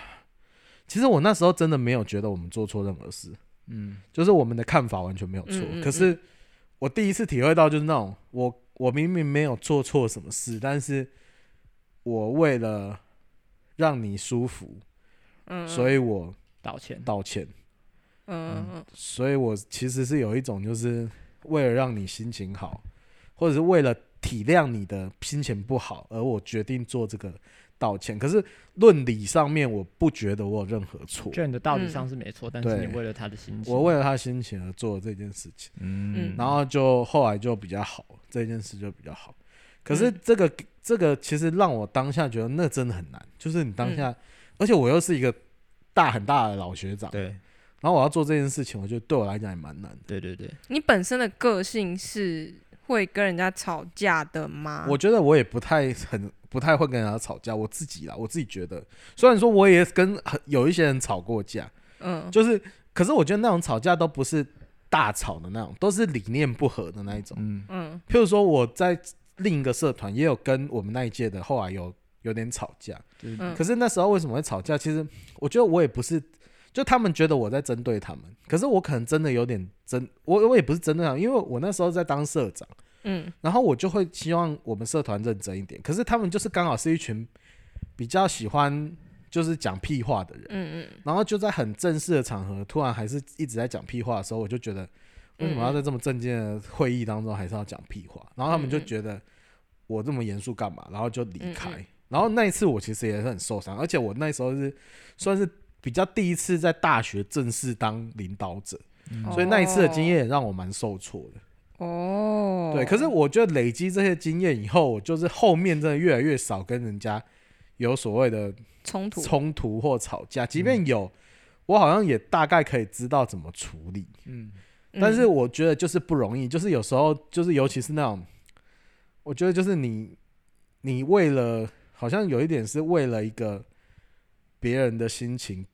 Speaker 1: 其实我那时候真的没有觉得我们做错任何事，
Speaker 3: 嗯，
Speaker 1: 就是我们的看法完全没有错。
Speaker 2: 嗯嗯
Speaker 1: 可是我第一次体会到，就是那种我我明明没有做错什么事，但是我为了让你舒服，
Speaker 2: 嗯，
Speaker 1: 所
Speaker 2: 以
Speaker 1: 以我
Speaker 3: 道歉，
Speaker 1: 道歉，
Speaker 2: 嗯嗯
Speaker 1: 所以我其实是有一种就是为了让你心情好，或者是为了体谅你的心情不好，而我决定做这个道歉。可是论理上面，我不觉得我有任何错。
Speaker 3: 就你的道理上是没错，但是
Speaker 1: 对
Speaker 3: 你为了他的心情，
Speaker 1: 我为了他心情而做这件事情，
Speaker 3: 嗯
Speaker 2: 嗯
Speaker 1: 然后就后来就比较好，这件事就比较
Speaker 3: 嗯
Speaker 1: 好。可是这个、这个其实让我当下觉得那真的很难，就是你当
Speaker 3: 嗯
Speaker 1: 下，而且我又是一个大很大的老学长，
Speaker 3: 对
Speaker 1: 然后我要做这件事情，我觉得对我来讲也蛮难的。
Speaker 3: 对对对，
Speaker 2: 你本身的个性是会跟人家吵架的吗？
Speaker 1: 我觉得我也不太很 不太会跟人家吵架，我自己啦，我自己觉得，虽然说我也跟很有一些人吵过架，
Speaker 2: 嗯，
Speaker 1: 就是，可是我觉得那种吵架都不是大吵的那种，都是理念不合的那一种。
Speaker 3: 嗯，
Speaker 2: 嗯
Speaker 1: 譬如说我在另一个社团也有跟我们那一届的，后来有有点吵架，
Speaker 3: 就是
Speaker 2: 嗯
Speaker 1: 可是那时候为什么会吵架？其实我觉得我也不是，就他们觉得我在针对他们，可是我可能真的有点针，我我也不是针对他们，因为我那时候在当社长。
Speaker 2: 嗯
Speaker 1: 然后我就会希望我们社团认真一点。可是他们就是刚好是一群比较喜欢就是讲屁话的人，
Speaker 2: 嗯嗯，
Speaker 1: 然后就在很正式的场合，突然还是一直在讲屁话的时候，我就觉得为什么要在这么正经的会议当中还是要讲屁话？然后他们就觉得我这么严肃干嘛？然后就离开。
Speaker 2: 嗯
Speaker 1: 然后那一次我其实也是很受伤，而且我那时候是算是比较第一次在大学正式当领导者，所以那一次的经验也让我蛮受挫的。
Speaker 2: 嗯哦，
Speaker 1: 对，可是我觉得累积这些经验以后，我就是后面真的越来越少跟人家有所谓的
Speaker 2: 冲突，嗯
Speaker 1: 冲突或吵架，即便有，我好像也大概可以知道怎么处理。
Speaker 3: 嗯，
Speaker 2: 嗯
Speaker 1: 但是我觉得就是不容易，就是有时候就是尤其是那种，我觉得就是你你为了好像有一点是为了一个别人的心情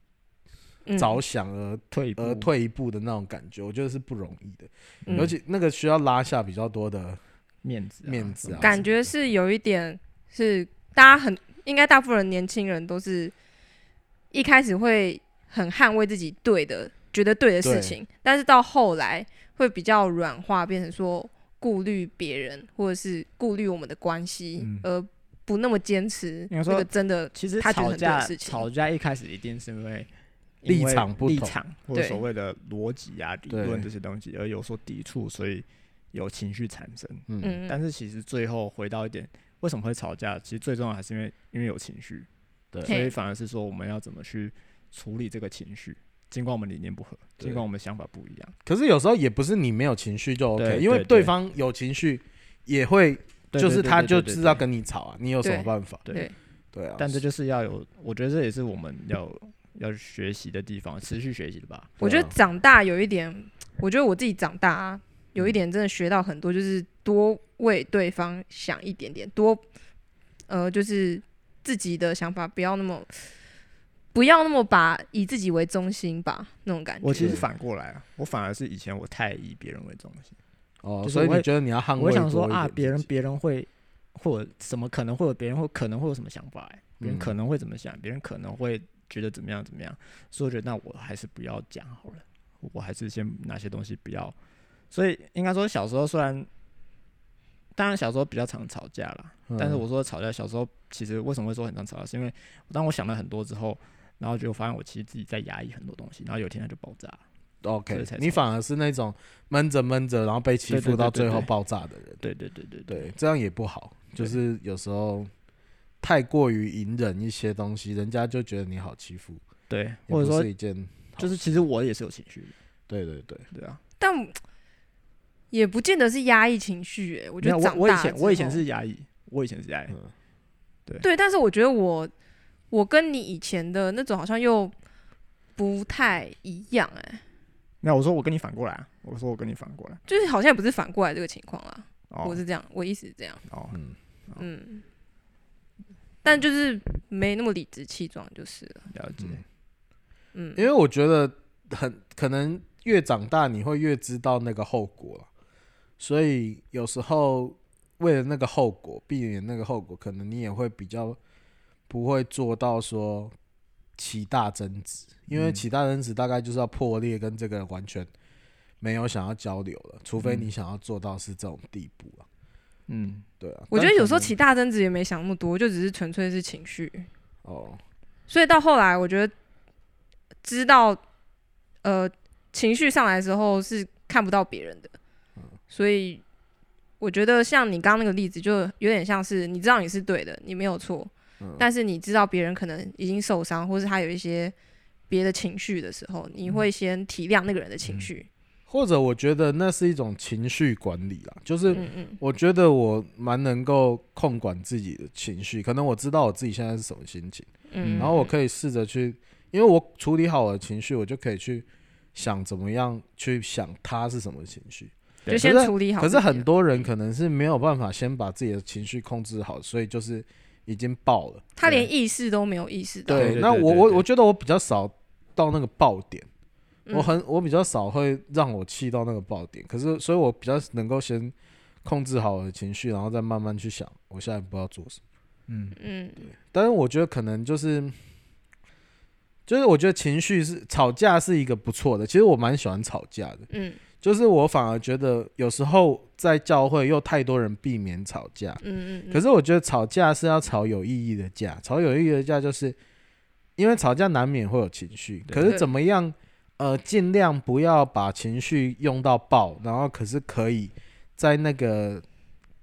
Speaker 2: 嗯
Speaker 1: 着想而、
Speaker 3: 呃退一步
Speaker 1: 而退一步的那种感觉，我觉得是不容易的，
Speaker 2: 嗯
Speaker 1: 尤其那个需要拉下比较多的
Speaker 3: 面子啊
Speaker 1: 面子啊
Speaker 2: 感觉是有一点是大家很应该大部分年轻人都是一开始会很捍卫自己对的觉得对的事情，但是到后来会比较软化，变成说顾虑别人或者是顾虑我们的关系，
Speaker 3: 嗯
Speaker 2: 而不那么坚持
Speaker 3: 应该
Speaker 2: 那
Speaker 3: 说
Speaker 2: 个真的
Speaker 3: 其实
Speaker 2: 他觉得
Speaker 3: 吵
Speaker 2: 很对
Speaker 3: 架
Speaker 2: 的事情
Speaker 3: 吵架一开始一定是因为
Speaker 1: 立
Speaker 3: 因为
Speaker 1: 场不
Speaker 3: 立
Speaker 1: 同
Speaker 3: 场或者
Speaker 2: 对
Speaker 3: 所谓的逻辑啊、理
Speaker 1: 对
Speaker 3: 论这些东西而有所抵触，所以有情绪产生。
Speaker 1: 嗯
Speaker 2: 嗯，
Speaker 3: 但是其实最后回到一点，为什么会吵架？其实最重要还是因为因为有情绪，
Speaker 1: 对
Speaker 3: 所以
Speaker 2: 嘿
Speaker 3: 反而是说我们要怎么去处理这个情绪，尽管我们理念不合，
Speaker 1: 对
Speaker 3: 尽管我们想法不一样，
Speaker 1: 可是有时候也不是你没有情绪就 OK，
Speaker 3: 对
Speaker 1: 因为
Speaker 3: 对
Speaker 1: 对
Speaker 3: 对
Speaker 1: 方有情绪也会，就是他就知道跟你吵啊，你有什么
Speaker 2: 对
Speaker 1: 办法？
Speaker 3: 对
Speaker 2: 对，
Speaker 1: 对啊，
Speaker 3: 但这就是要有，我觉得这也是我们要要学习的地方，持续学习的吧。
Speaker 2: 我觉得
Speaker 1: 对啊
Speaker 2: 长大有一点，我觉得我自己长大、啊、有
Speaker 3: 嗯
Speaker 2: 一点真的学到很多，就是多为对方想一点点，多呃，就是自己的想法不要那么不要那么把以自己为中心吧，那种感觉。
Speaker 3: 我其实
Speaker 1: 对
Speaker 3: 反过来啊，我反而是以前我太以别人为中心，
Speaker 1: 哦，
Speaker 3: 就是
Speaker 1: 所以
Speaker 3: 我
Speaker 1: 你
Speaker 3: 也
Speaker 1: 觉得你要捍卫
Speaker 3: 我想
Speaker 1: 多
Speaker 3: 说
Speaker 1: 一
Speaker 3: 啊，
Speaker 1: 点
Speaker 3: 别人
Speaker 1: 自己
Speaker 3: 别人会或者什么可能会有别人会可能会有什么想法、欸，别人
Speaker 1: 嗯
Speaker 3: 可能会怎么想，别人可能会觉得怎么样怎么样，所以我觉得那我还是不要讲好了，我还是先哪些东西不要。所以应该说小时候虽然，当然小时候比较常吵架啦，但是
Speaker 1: 嗯
Speaker 3: 我说吵架小时候其实为什么会说很常吵架，是因为当我想了很多之后。然后就发现我其实自己在压抑很多东西，然后有一天它就爆炸了。所
Speaker 1: OK，
Speaker 3: 以才
Speaker 1: 你
Speaker 3: 吵
Speaker 1: 反而是那种闷着闷着，然后被欺
Speaker 3: 对对
Speaker 1: 负
Speaker 3: 对
Speaker 1: 到
Speaker 3: 对
Speaker 1: 最后
Speaker 3: 对
Speaker 1: 爆炸的人，
Speaker 3: 对对对对
Speaker 1: 对，这样也不好，就是有时候太过于隐忍一些东西，人家就觉得你好欺负，
Speaker 3: 对，
Speaker 1: 也
Speaker 3: 或者
Speaker 1: 不
Speaker 3: 说
Speaker 1: 是一件好
Speaker 3: 就是
Speaker 1: 事
Speaker 3: 其实我也是有情绪
Speaker 1: 对对对，
Speaker 3: 的，对啊。
Speaker 2: 但也不见得是压抑情绪、欸，我
Speaker 3: 没
Speaker 2: 觉
Speaker 3: 有
Speaker 2: 得
Speaker 3: 我
Speaker 2: 长
Speaker 3: 我以
Speaker 2: 大
Speaker 3: 前
Speaker 2: 之
Speaker 3: 我以前
Speaker 2: 后
Speaker 3: 是压抑，我以前是压抑，
Speaker 1: 嗯，
Speaker 2: 对，但是我觉得我我跟你以前的那种好像又不太一样、哎，
Speaker 3: 没有我说我跟你反过来啊，我说我跟你反过来，
Speaker 2: 就是好像也不是反过来这个情况啦。
Speaker 3: 哦
Speaker 2: 我是这样，我意思是这样。
Speaker 3: 哦，
Speaker 1: 嗯，
Speaker 2: 嗯，但就是没那么理直气壮就是了。
Speaker 3: 了解，
Speaker 2: 嗯，
Speaker 1: 嗯因为我觉得很可能越长大你会越知道那个后果了，所以有时候为了那个后果，避免那个后果，可能你也会比较不会做到说起大争执，因为
Speaker 3: 嗯
Speaker 1: 起大争执大概就是要破裂跟这个人完全没有想要交流了，除非你
Speaker 3: 嗯
Speaker 1: 想要做到是这种地步了。
Speaker 3: 嗯，
Speaker 1: 对啊，
Speaker 2: 我觉得
Speaker 1: 但
Speaker 2: 有时候
Speaker 1: 可能
Speaker 2: 起大争执也没想那么多，就只是纯粹是情绪。
Speaker 1: 哦，
Speaker 2: 所以到后来，我觉得知道，呃，情绪上来的时候是看不到别人的，
Speaker 1: 嗯
Speaker 2: 所以我觉得像你刚刚那个例子，就有点像是你知道你是对的，你没有错，
Speaker 1: 嗯
Speaker 2: 但是你知道别人可能已经受伤，或是他有一些别的情绪的时候，
Speaker 1: 嗯
Speaker 2: 你会先体谅那个人的情绪。
Speaker 1: 或者我觉得那是一种情绪管理啦，就是。
Speaker 2: 嗯嗯
Speaker 1: 我觉得我蛮能够控管自己的情绪，可能我知道我自己现在是什么心情，
Speaker 2: 嗯，
Speaker 1: 然后我可以试着去，因为我处理好我的情绪，我就可以去想怎么样去想他是什么情绪。
Speaker 2: 就先处理好
Speaker 1: 可
Speaker 2: 自己
Speaker 1: 是
Speaker 2: 的。
Speaker 1: 很多
Speaker 2: 嗯
Speaker 1: 人可能是没有办法先把自己的情绪控制好，所以就是已经爆了。
Speaker 2: 他连意识都没有意识到。
Speaker 3: 对对
Speaker 1: 那
Speaker 3: 对
Speaker 1: 我
Speaker 3: 对
Speaker 1: 我
Speaker 3: 对
Speaker 1: 我觉得我比较少到那个爆点，
Speaker 2: 嗯
Speaker 1: 我很我比较少会让我气到那个爆点。可是，所以我比较能够先控制好我的情绪，然后再慢慢去想我下一步要做什么。
Speaker 3: 嗯，
Speaker 2: 嗯，
Speaker 1: 但是我觉得可能就是。就是我觉得情绪是吵架是一个不错的，其实我蛮喜欢吵架的。
Speaker 2: 嗯
Speaker 1: 就是我反而觉得有时候在教会又太多人避免吵架，
Speaker 2: 嗯嗯。
Speaker 1: 可是我觉得吵架是要吵有意义的架，吵有意义的架就是因为吵架难免会有情绪，
Speaker 3: 对
Speaker 1: 可是怎么样呃尽量不要把情绪用到爆，然后可是可以在那个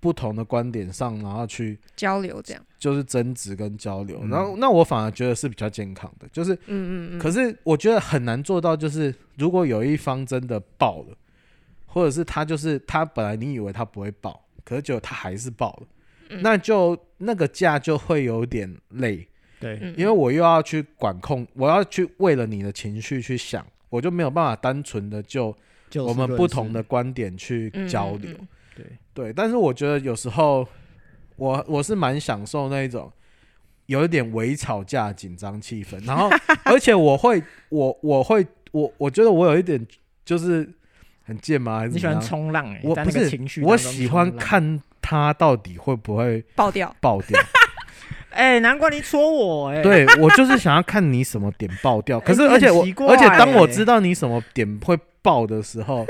Speaker 1: 不同的观点上，然后去
Speaker 2: 交流这样。
Speaker 1: 就是争执跟交流，
Speaker 3: 嗯
Speaker 1: 然后那我反而觉得是比较健康的，就是
Speaker 2: 嗯嗯嗯。
Speaker 1: 可是我觉得很难做到，就是如果有一方真的爆了，或者是他就是他本来你以为他不会爆，可是结果他还是爆了，
Speaker 2: 嗯
Speaker 1: 那就那个架就会有点累，
Speaker 3: 对，
Speaker 2: 嗯
Speaker 1: 因为我又要去管控，我要去为了你的情绪去想，我就没有办法单纯的就
Speaker 3: 就
Speaker 1: 我
Speaker 3: 事
Speaker 1: 们
Speaker 3: 论
Speaker 1: 不
Speaker 3: 事
Speaker 1: 同的观点去
Speaker 2: 嗯
Speaker 1: 交流。
Speaker 2: 嗯嗯
Speaker 3: 对，
Speaker 1: 对，但是我觉得有时候我我是蛮享受那一种有一点微吵架的紧张气氛，然后而且我会我我会我我觉得我有一点就是很贱吗？还是
Speaker 3: 你喜
Speaker 1: 怎么
Speaker 3: 欢
Speaker 1: 样？
Speaker 3: 冲浪哎，
Speaker 1: 我
Speaker 3: 在
Speaker 1: 不
Speaker 3: 那个
Speaker 1: 是
Speaker 3: 情绪
Speaker 1: 我
Speaker 3: 当中
Speaker 1: 喜
Speaker 3: 冲
Speaker 1: 欢
Speaker 3: 浪，
Speaker 1: 看他到底会不会
Speaker 2: 爆掉。
Speaker 1: 爆 掉。
Speaker 3: 哎，难怪你戳我哎，
Speaker 1: 对我就是想要看你什么点爆掉。可是
Speaker 3: 哎你
Speaker 1: 而且
Speaker 3: 很
Speaker 1: 我
Speaker 3: 奇怪
Speaker 1: 而且当我
Speaker 3: 欸
Speaker 1: 知道你什么点会爆的时候，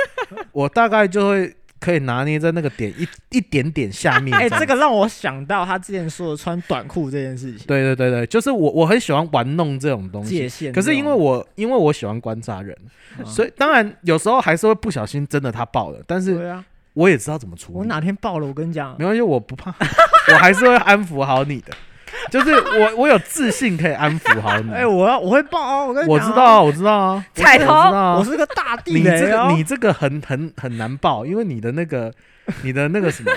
Speaker 1: 我大概就会可以拿捏在那个点一一点点下面。
Speaker 3: 哎，
Speaker 1: 样
Speaker 3: 这个让我想到他之前说的穿短裤这件事情，
Speaker 1: 对对对对，就是我我很喜欢玩弄这种东
Speaker 3: 界
Speaker 1: 西。
Speaker 3: 限这种。
Speaker 1: 可是因为我因为我喜欢观察人，
Speaker 3: 啊
Speaker 1: 所以当然有时候还是会不小心真的他爆了，但是
Speaker 3: 对啊，
Speaker 1: 我也知道怎么处
Speaker 3: 我
Speaker 1: 理。
Speaker 3: 哪天爆了，我跟你讲
Speaker 1: 没，关系，我不怕， 我还是会安抚好你的。就是我我有自信可以安抚好你。
Speaker 3: 哎，我要我会爆哦，我跟你
Speaker 1: 我
Speaker 3: 讲
Speaker 1: 知
Speaker 3: 哦
Speaker 1: 道啊，我知道啊，
Speaker 2: 彩
Speaker 1: 我
Speaker 2: 头
Speaker 1: 知道啊
Speaker 3: 我。是个大地
Speaker 1: 你这
Speaker 3: 雷
Speaker 1: 个
Speaker 3: 哦。
Speaker 1: 你这个很很很难爆，因为你的那个你的那个 什么，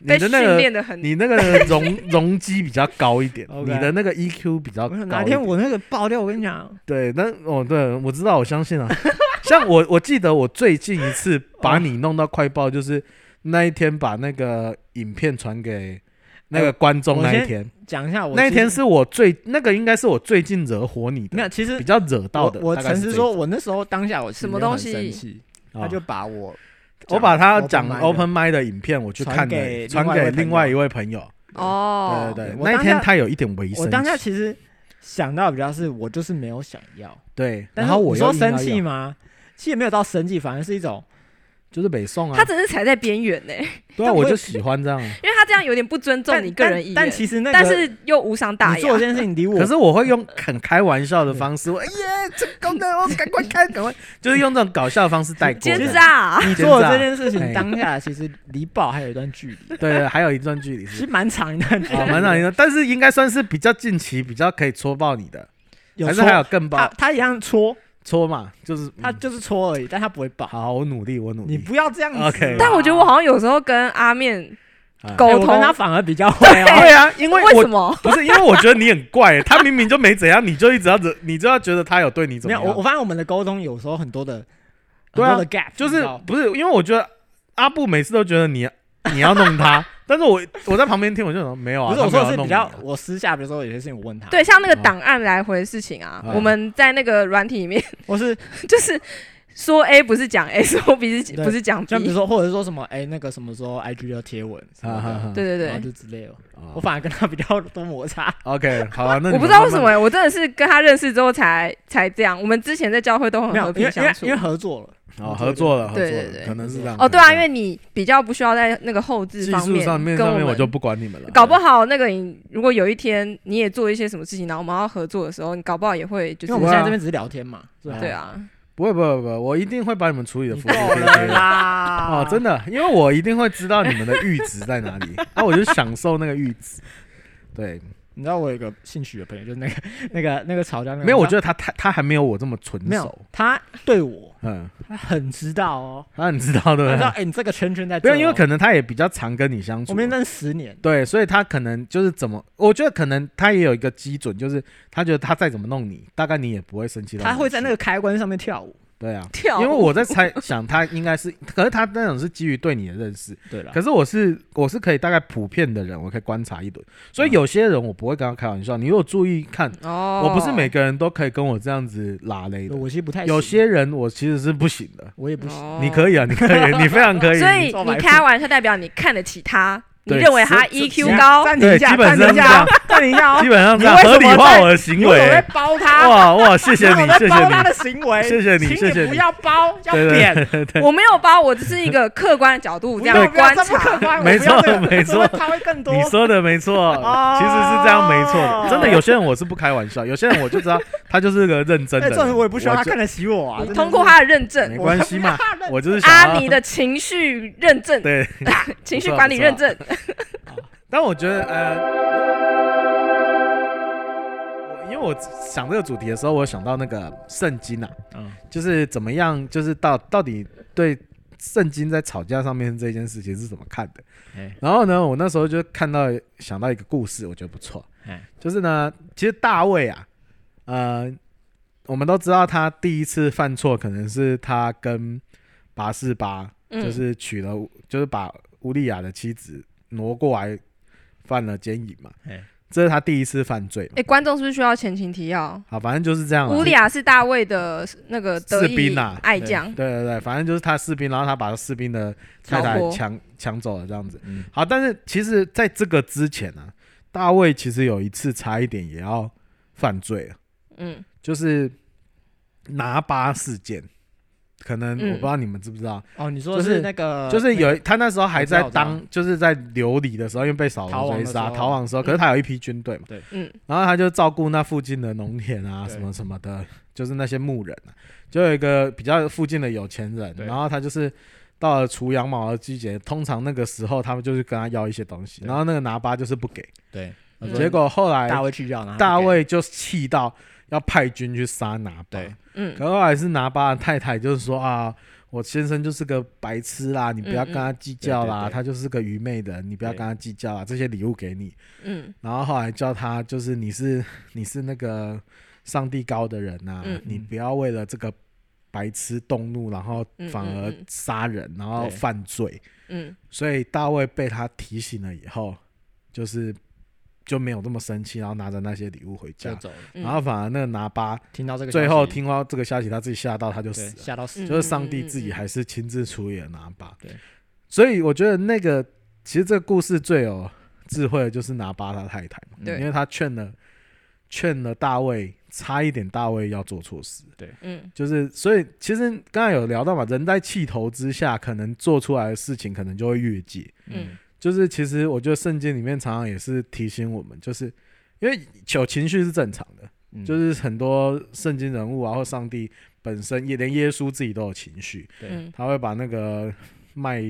Speaker 1: 你
Speaker 2: 被
Speaker 1: 的
Speaker 2: 训
Speaker 1: 那个
Speaker 2: 练的很。
Speaker 1: 你那个容容积比较高一点，
Speaker 3: OK
Speaker 1: 你的那个 EQ 比较高一
Speaker 3: 我
Speaker 1: 点。
Speaker 3: 哪天我那个爆掉，我跟你讲，
Speaker 1: 对，那哦，对，我知道，我相信啊。像我，我记得我最近一次
Speaker 3: 哦
Speaker 1: 把你弄到快爆，就是那一天把那个影片传给那个观
Speaker 3: 哎
Speaker 1: 众
Speaker 3: 我
Speaker 1: 那一
Speaker 3: 先
Speaker 1: 天，
Speaker 3: 讲一下我
Speaker 1: 那一
Speaker 3: 其
Speaker 1: 天
Speaker 3: 实
Speaker 1: 是我最那个应该是我最近惹火你
Speaker 3: 没有，
Speaker 1: 的，
Speaker 3: 其实
Speaker 1: 比较惹到的。
Speaker 3: 我我
Speaker 1: 大概是
Speaker 3: 诚实
Speaker 1: 这
Speaker 3: 说，
Speaker 1: 一
Speaker 3: 我那时候当下我其实
Speaker 2: 什么
Speaker 3: 没有
Speaker 2: 东
Speaker 3: 很
Speaker 2: 西
Speaker 3: 生气，
Speaker 1: 种，
Speaker 3: 他就
Speaker 1: 啊
Speaker 3: 把我
Speaker 1: 我把他讲
Speaker 3: open mic 的
Speaker 1: open m i 的影片，我去
Speaker 3: 传
Speaker 1: 看
Speaker 3: 给
Speaker 1: 了，传
Speaker 3: 另外一
Speaker 1: 给
Speaker 3: 位
Speaker 1: 另
Speaker 3: 朋
Speaker 1: 外一
Speaker 3: 友
Speaker 1: 位朋友。
Speaker 2: 哦
Speaker 1: 对，对
Speaker 3: 对
Speaker 1: 对，
Speaker 3: 我
Speaker 1: 那一
Speaker 3: 当
Speaker 1: 天
Speaker 3: 下
Speaker 1: 他有一点微
Speaker 3: 我
Speaker 1: 生
Speaker 3: 当下
Speaker 1: 气，
Speaker 3: 其实想到比较是我就是没有想要，
Speaker 1: 对，
Speaker 3: 但
Speaker 1: 然
Speaker 3: 是
Speaker 1: 后我
Speaker 3: 你说
Speaker 1: 又硬要
Speaker 3: 生气
Speaker 1: 要，
Speaker 3: 吗？其实也没有到生气，反而是一种
Speaker 1: 就是北宋啊
Speaker 2: 他，只是踩在边缘呢， 因
Speaker 1: 对啊，
Speaker 3: 但我
Speaker 1: 我就
Speaker 3: 也
Speaker 1: 喜欢这样啊。
Speaker 2: 为他这样有点不尊重
Speaker 3: 但
Speaker 2: 你个人意愿，
Speaker 3: 但但其实那个
Speaker 2: 但是又无伤大
Speaker 3: 你做
Speaker 2: 雅
Speaker 3: 这。件事情离我
Speaker 1: 可是我会用很开玩笑的方式，我哎呀，成功的，我赶快看，赶快，就是用这种搞笑的方式 带 过。
Speaker 2: 奸
Speaker 1: 对
Speaker 2: 诈，
Speaker 3: 你做
Speaker 1: 奸
Speaker 3: 的这件
Speaker 1: 诈
Speaker 3: 事
Speaker 1: 哎
Speaker 3: 情当下其实离爆还有一段距离，
Speaker 1: 对，对还有一段距离
Speaker 3: 其
Speaker 1: 是
Speaker 3: 实蛮长一段距离，
Speaker 1: 啊，蛮让人，但是应该算是比较近期比较可以戳爆你的，
Speaker 3: 有
Speaker 1: 还是
Speaker 3: 戳
Speaker 1: 还有更
Speaker 3: 他
Speaker 1: 爆
Speaker 3: 他一样戳，
Speaker 1: 戳嘛，就是
Speaker 3: 他
Speaker 1: 嗯
Speaker 3: 就是戳而已，但他不会爆。
Speaker 1: 好，我努力，我努
Speaker 3: 你
Speaker 1: 力。
Speaker 3: 不要这样子啊。
Speaker 1: OK
Speaker 2: 但我觉得我好像有时候跟阿面
Speaker 1: 哎
Speaker 3: 哎
Speaker 2: 沟
Speaker 3: 我
Speaker 2: 通，
Speaker 3: 跟他反而比 较会哦。
Speaker 1: 对啊，因为
Speaker 2: 为
Speaker 1: 我
Speaker 2: 什么？
Speaker 1: 不是因为我觉得你很怪，他明明就没怎样，你就一直要惹，你就要觉得他有对你怎
Speaker 3: 没
Speaker 1: 么
Speaker 3: 有，
Speaker 1: 样。
Speaker 3: 我我发现我们的沟通有时候很多的，
Speaker 1: 对啊
Speaker 3: 很多的 gap，
Speaker 1: 就是
Speaker 3: 你知道
Speaker 1: 不是因为我觉得阿布每次都觉得你你要弄他，但是我我在旁边听我就想说没有啊，
Speaker 3: 不是我
Speaker 1: 他没有
Speaker 3: 说的
Speaker 1: 要
Speaker 3: 是
Speaker 1: 弄
Speaker 3: 比
Speaker 1: 你啊
Speaker 3: 较，我私下比如说有些事情我问他，
Speaker 2: 对，像那个
Speaker 1: 啊
Speaker 2: 档案来回的事情啊，
Speaker 1: 啊
Speaker 2: 我们在那个软体里面
Speaker 3: 我是
Speaker 2: 就是说 A 不是讲 A，说 B 是
Speaker 3: 对
Speaker 2: 不是讲
Speaker 3: 就
Speaker 2: B？
Speaker 3: 比如说或者是说什么哎那个什么时候 IG 要贴文什么
Speaker 1: 啊哈
Speaker 3: 的，
Speaker 1: 哈
Speaker 2: 对对
Speaker 3: 然后
Speaker 2: 对，
Speaker 3: 就之类的，
Speaker 1: 啊
Speaker 3: 我反而跟他比较多摩擦，
Speaker 1: OK 好啊，那你
Speaker 2: 我不
Speaker 1: 们
Speaker 2: 知道
Speaker 1: 慢
Speaker 2: 为什
Speaker 1: 慢
Speaker 2: 么、欸，我真的是跟他认识之后才才这样。我们之前在教会都很
Speaker 3: 没有
Speaker 2: 和
Speaker 3: 因
Speaker 2: 平
Speaker 3: 为因为
Speaker 2: 相处
Speaker 3: 因为。合作了，
Speaker 1: 哦合作了，合作
Speaker 2: 对
Speaker 1: 了
Speaker 2: 对对
Speaker 1: 可能是这样
Speaker 2: 哦，对啊，因
Speaker 1: 可
Speaker 2: 为你比较不需要在那个后置方
Speaker 1: 能是这样技术上面
Speaker 2: 跟
Speaker 1: 上面
Speaker 2: 们
Speaker 1: 我就不管你们了，
Speaker 2: 搞不好那个你如果有一天你也做一些什么事情，然后我们要合作的时候，你搞不好也会就
Speaker 3: 因
Speaker 2: 是
Speaker 3: 为我们
Speaker 1: 对啊
Speaker 3: 现在这边只是聊天嘛，是吧？
Speaker 2: 对，啊，
Speaker 1: 不会不会不会，我一定会把你们处理的
Speaker 3: 你
Speaker 1: 服
Speaker 3: 够
Speaker 1: 服帖
Speaker 3: 了
Speaker 1: 帖的。
Speaker 3: 啦，
Speaker 1: 哦，真的，因为我一定会知道你们的阈值在哪里，那、我就享受那个阈值。对，
Speaker 3: 你知道我有一个姓许的朋友，就是那个 那个那个吵架那个，
Speaker 1: 没有，我
Speaker 3: 你知
Speaker 1: 觉
Speaker 3: 道
Speaker 1: 得他他他还没有我这么纯
Speaker 3: 没
Speaker 1: 熟
Speaker 3: 有，他对我
Speaker 1: 嗯，
Speaker 3: 他很知道哦，
Speaker 1: 那、你知道对
Speaker 3: 他
Speaker 1: 不
Speaker 3: 知道
Speaker 1: 对？
Speaker 3: 哎你这个圈圈在
Speaker 1: 没
Speaker 3: 这哦，
Speaker 1: 有，因为可能他也比较常跟你相
Speaker 3: 我
Speaker 1: 处，
Speaker 3: 们认识十年，
Speaker 1: 对，所以他可能就是怎么，我觉得可能他也有一个基准，就是他觉得他再怎么弄你，大概你也不会生气到哪
Speaker 3: 他
Speaker 1: 里去。
Speaker 3: 会在那个开关上面跳舞。
Speaker 1: 对啊，
Speaker 2: 跳舞，
Speaker 1: 因为我在猜想他应该是，可是他那种是基于对你的 认识，
Speaker 3: 对了，
Speaker 1: 可是我是我是可以大概普遍的人，我可以观察一轮，所以
Speaker 3: 啊
Speaker 1: 有些人我不会跟他开玩笑。你如果注意看，
Speaker 2: 哦，
Speaker 1: 我不是每个人都可以跟我这样子拉勒的，
Speaker 3: 我其实不太
Speaker 1: 有
Speaker 3: 行
Speaker 1: 些人我其实是不行的。
Speaker 3: 我也不行，
Speaker 2: 哦
Speaker 1: 你可以啊，你 可以，你非常可以。
Speaker 2: 所
Speaker 1: 你
Speaker 2: 以
Speaker 3: 做
Speaker 2: 你
Speaker 3: 白
Speaker 2: 开玩笑代表你看得起他，你
Speaker 1: 对
Speaker 2: 认为他
Speaker 1: 这这
Speaker 2: EQ 高，
Speaker 3: E 暂停一下，
Speaker 1: 对基本
Speaker 3: 暂停一
Speaker 1: 上是这
Speaker 3: 下
Speaker 1: 样，
Speaker 3: 暂停一下哦
Speaker 1: 基。本上
Speaker 3: 你
Speaker 1: 这样
Speaker 3: 为什么
Speaker 1: 合理
Speaker 3: 在
Speaker 1: 化我的行
Speaker 3: 你为什么在
Speaker 1: 为。
Speaker 3: 包他？
Speaker 1: 哇哇，谢谢
Speaker 3: 我
Speaker 1: 你，
Speaker 3: 在
Speaker 1: 谢谢
Speaker 3: 包
Speaker 1: 你
Speaker 3: 他，的行为，
Speaker 1: 谢谢你
Speaker 3: 请
Speaker 1: 谢谢你
Speaker 3: 不要包，要
Speaker 1: 对对
Speaker 3: 扁，
Speaker 2: 我没有包，我只是一个客观的角度
Speaker 3: 不
Speaker 2: 这
Speaker 3: 要
Speaker 2: 样
Speaker 3: 不要
Speaker 2: 观
Speaker 3: 这么客
Speaker 2: 察。
Speaker 3: 观， 我
Speaker 1: 没
Speaker 3: 不要
Speaker 1: 错
Speaker 3: 这个
Speaker 1: 没错
Speaker 3: 他会更多。
Speaker 1: 你说的没错，
Speaker 3: 哦
Speaker 1: 其实是这样没错的。真的，有些人我是不开玩笑，有些人我就知道他就是个认真
Speaker 3: 哎，
Speaker 1: 的
Speaker 3: 这种
Speaker 1: 人。
Speaker 3: 我也不需要他
Speaker 1: 就
Speaker 3: 看得起我啊，
Speaker 2: 通过他的认
Speaker 1: 没
Speaker 2: 证，
Speaker 1: 关系嘛，我就是想
Speaker 2: 阿
Speaker 1: 要
Speaker 2: 尼的情绪认证，
Speaker 1: 对，
Speaker 2: 情绪管理认证，
Speaker 1: 但我觉得呃，我因为我想这个主题的时候，我想到那个圣经啊，
Speaker 3: 嗯
Speaker 1: 就是怎么样，就是到到底对圣经在吵架上面这件事情是怎么看的。
Speaker 3: 哎
Speaker 1: 然后呢，我那时候就看到想到一个故事，我觉得不错
Speaker 3: 哎，
Speaker 1: 就是呢，其实大卫啊，呃，我们都知道他第一次犯错可能是他跟拔示巴，
Speaker 2: 嗯
Speaker 1: 就是娶了，就是把乌利亚的妻子挪过来犯了奸淫嘛
Speaker 3: 哎，
Speaker 1: 这是他第一次犯罪嘛
Speaker 2: 哎，。观众是不是需要前情提要？
Speaker 1: 好，反正就是这样啦。
Speaker 2: 乌利亚是大卫的那个得
Speaker 1: 士
Speaker 2: 意
Speaker 1: 兵啊
Speaker 2: 爱将，
Speaker 1: 对对对，反正就是他士兵，然后他把士兵的太
Speaker 2: 挑
Speaker 1: 太
Speaker 2: 拨
Speaker 1: 抢抢走了这样子。
Speaker 3: 嗯
Speaker 1: 好，但是其实在这个之前呢、大卫其实有一次差一点也要犯罪了，
Speaker 2: 嗯，
Speaker 1: 就是拿巴事件。可能
Speaker 2: 嗯
Speaker 1: 我不知道你们知不知道，
Speaker 3: 哦，你说
Speaker 1: 就是
Speaker 3: 是那个，
Speaker 1: 就是有他那时候还在
Speaker 3: 我知道我
Speaker 1: 当，就是在流离的时候，因为被扫
Speaker 3: 逃
Speaker 1: 罗
Speaker 3: 亡
Speaker 1: 追
Speaker 3: 的
Speaker 1: 杀
Speaker 3: 时候
Speaker 1: 逃亡的时候，可是他有一批 军队嘛，
Speaker 2: 嗯，
Speaker 1: 然后他就照顾那附近的农田啊，
Speaker 3: 对
Speaker 1: 什么什么的，就是那些牧人啊，就有一个比较附近的有钱人，
Speaker 3: 对
Speaker 1: 然后他就是到了除羊毛的季节，通常那个时候他们就是跟他要一些东西，
Speaker 3: 对
Speaker 1: 然后那个拿巴就是不给，
Speaker 3: 对，
Speaker 2: 嗯
Speaker 1: 结果后来
Speaker 3: 大卫去啊掉，然后
Speaker 1: 大卫就气到要派军去杀拿巴，
Speaker 3: 对
Speaker 2: 嗯
Speaker 1: 可后来是拿巴的太太就是说啊。我先生就是个白痴啦，你不要跟他计较
Speaker 3: 嗯嗯
Speaker 1: 啦，
Speaker 3: 对对对
Speaker 1: 他就是个愚昧的人，你不要
Speaker 3: 对
Speaker 1: 跟他计较啦，这些礼物给你，
Speaker 2: 嗯
Speaker 1: 然后后来叫他，就是你是 你是那个上帝高的人呐、
Speaker 2: 嗯
Speaker 1: 你不要为了这个白痴动怒，然后反
Speaker 2: 嗯嗯
Speaker 1: 而
Speaker 2: 嗯
Speaker 1: 杀人，然后犯罪。
Speaker 2: 嗯
Speaker 1: 所以大卫被他提醒了以后，就是就没有这么生气，然后拿着那些礼物回
Speaker 3: 就
Speaker 1: 家，
Speaker 3: 走了。
Speaker 2: 嗯，
Speaker 1: 然后反而那个拿巴
Speaker 3: 听到这个消息，
Speaker 1: 最后听到这个消息，他自己吓到，他就
Speaker 3: 对
Speaker 1: 死了。
Speaker 3: 吓到死
Speaker 2: 嗯，
Speaker 1: 就是上帝自己还是亲自处理了拿巴。
Speaker 3: 对，
Speaker 1: 所以我觉得那个其实这个故事最有智慧的就是拿巴他太太嘛，
Speaker 2: 对
Speaker 1: 因为他劝了劝了大卫，差一点大卫要做错事。
Speaker 2: 嗯
Speaker 1: 就是所以其实刚才有聊到嘛，人在气头之下，可能做出来的事情可能就会越界。
Speaker 2: 嗯
Speaker 1: 就是其实我觉得圣经里面常常也是提醒我们，就是因为有情绪是正常的，
Speaker 3: 嗯
Speaker 1: 就是很多圣经人物啊或上帝本身也连耶稣自己都有情绪，
Speaker 3: 对
Speaker 2: 嗯
Speaker 1: 他会把那个卖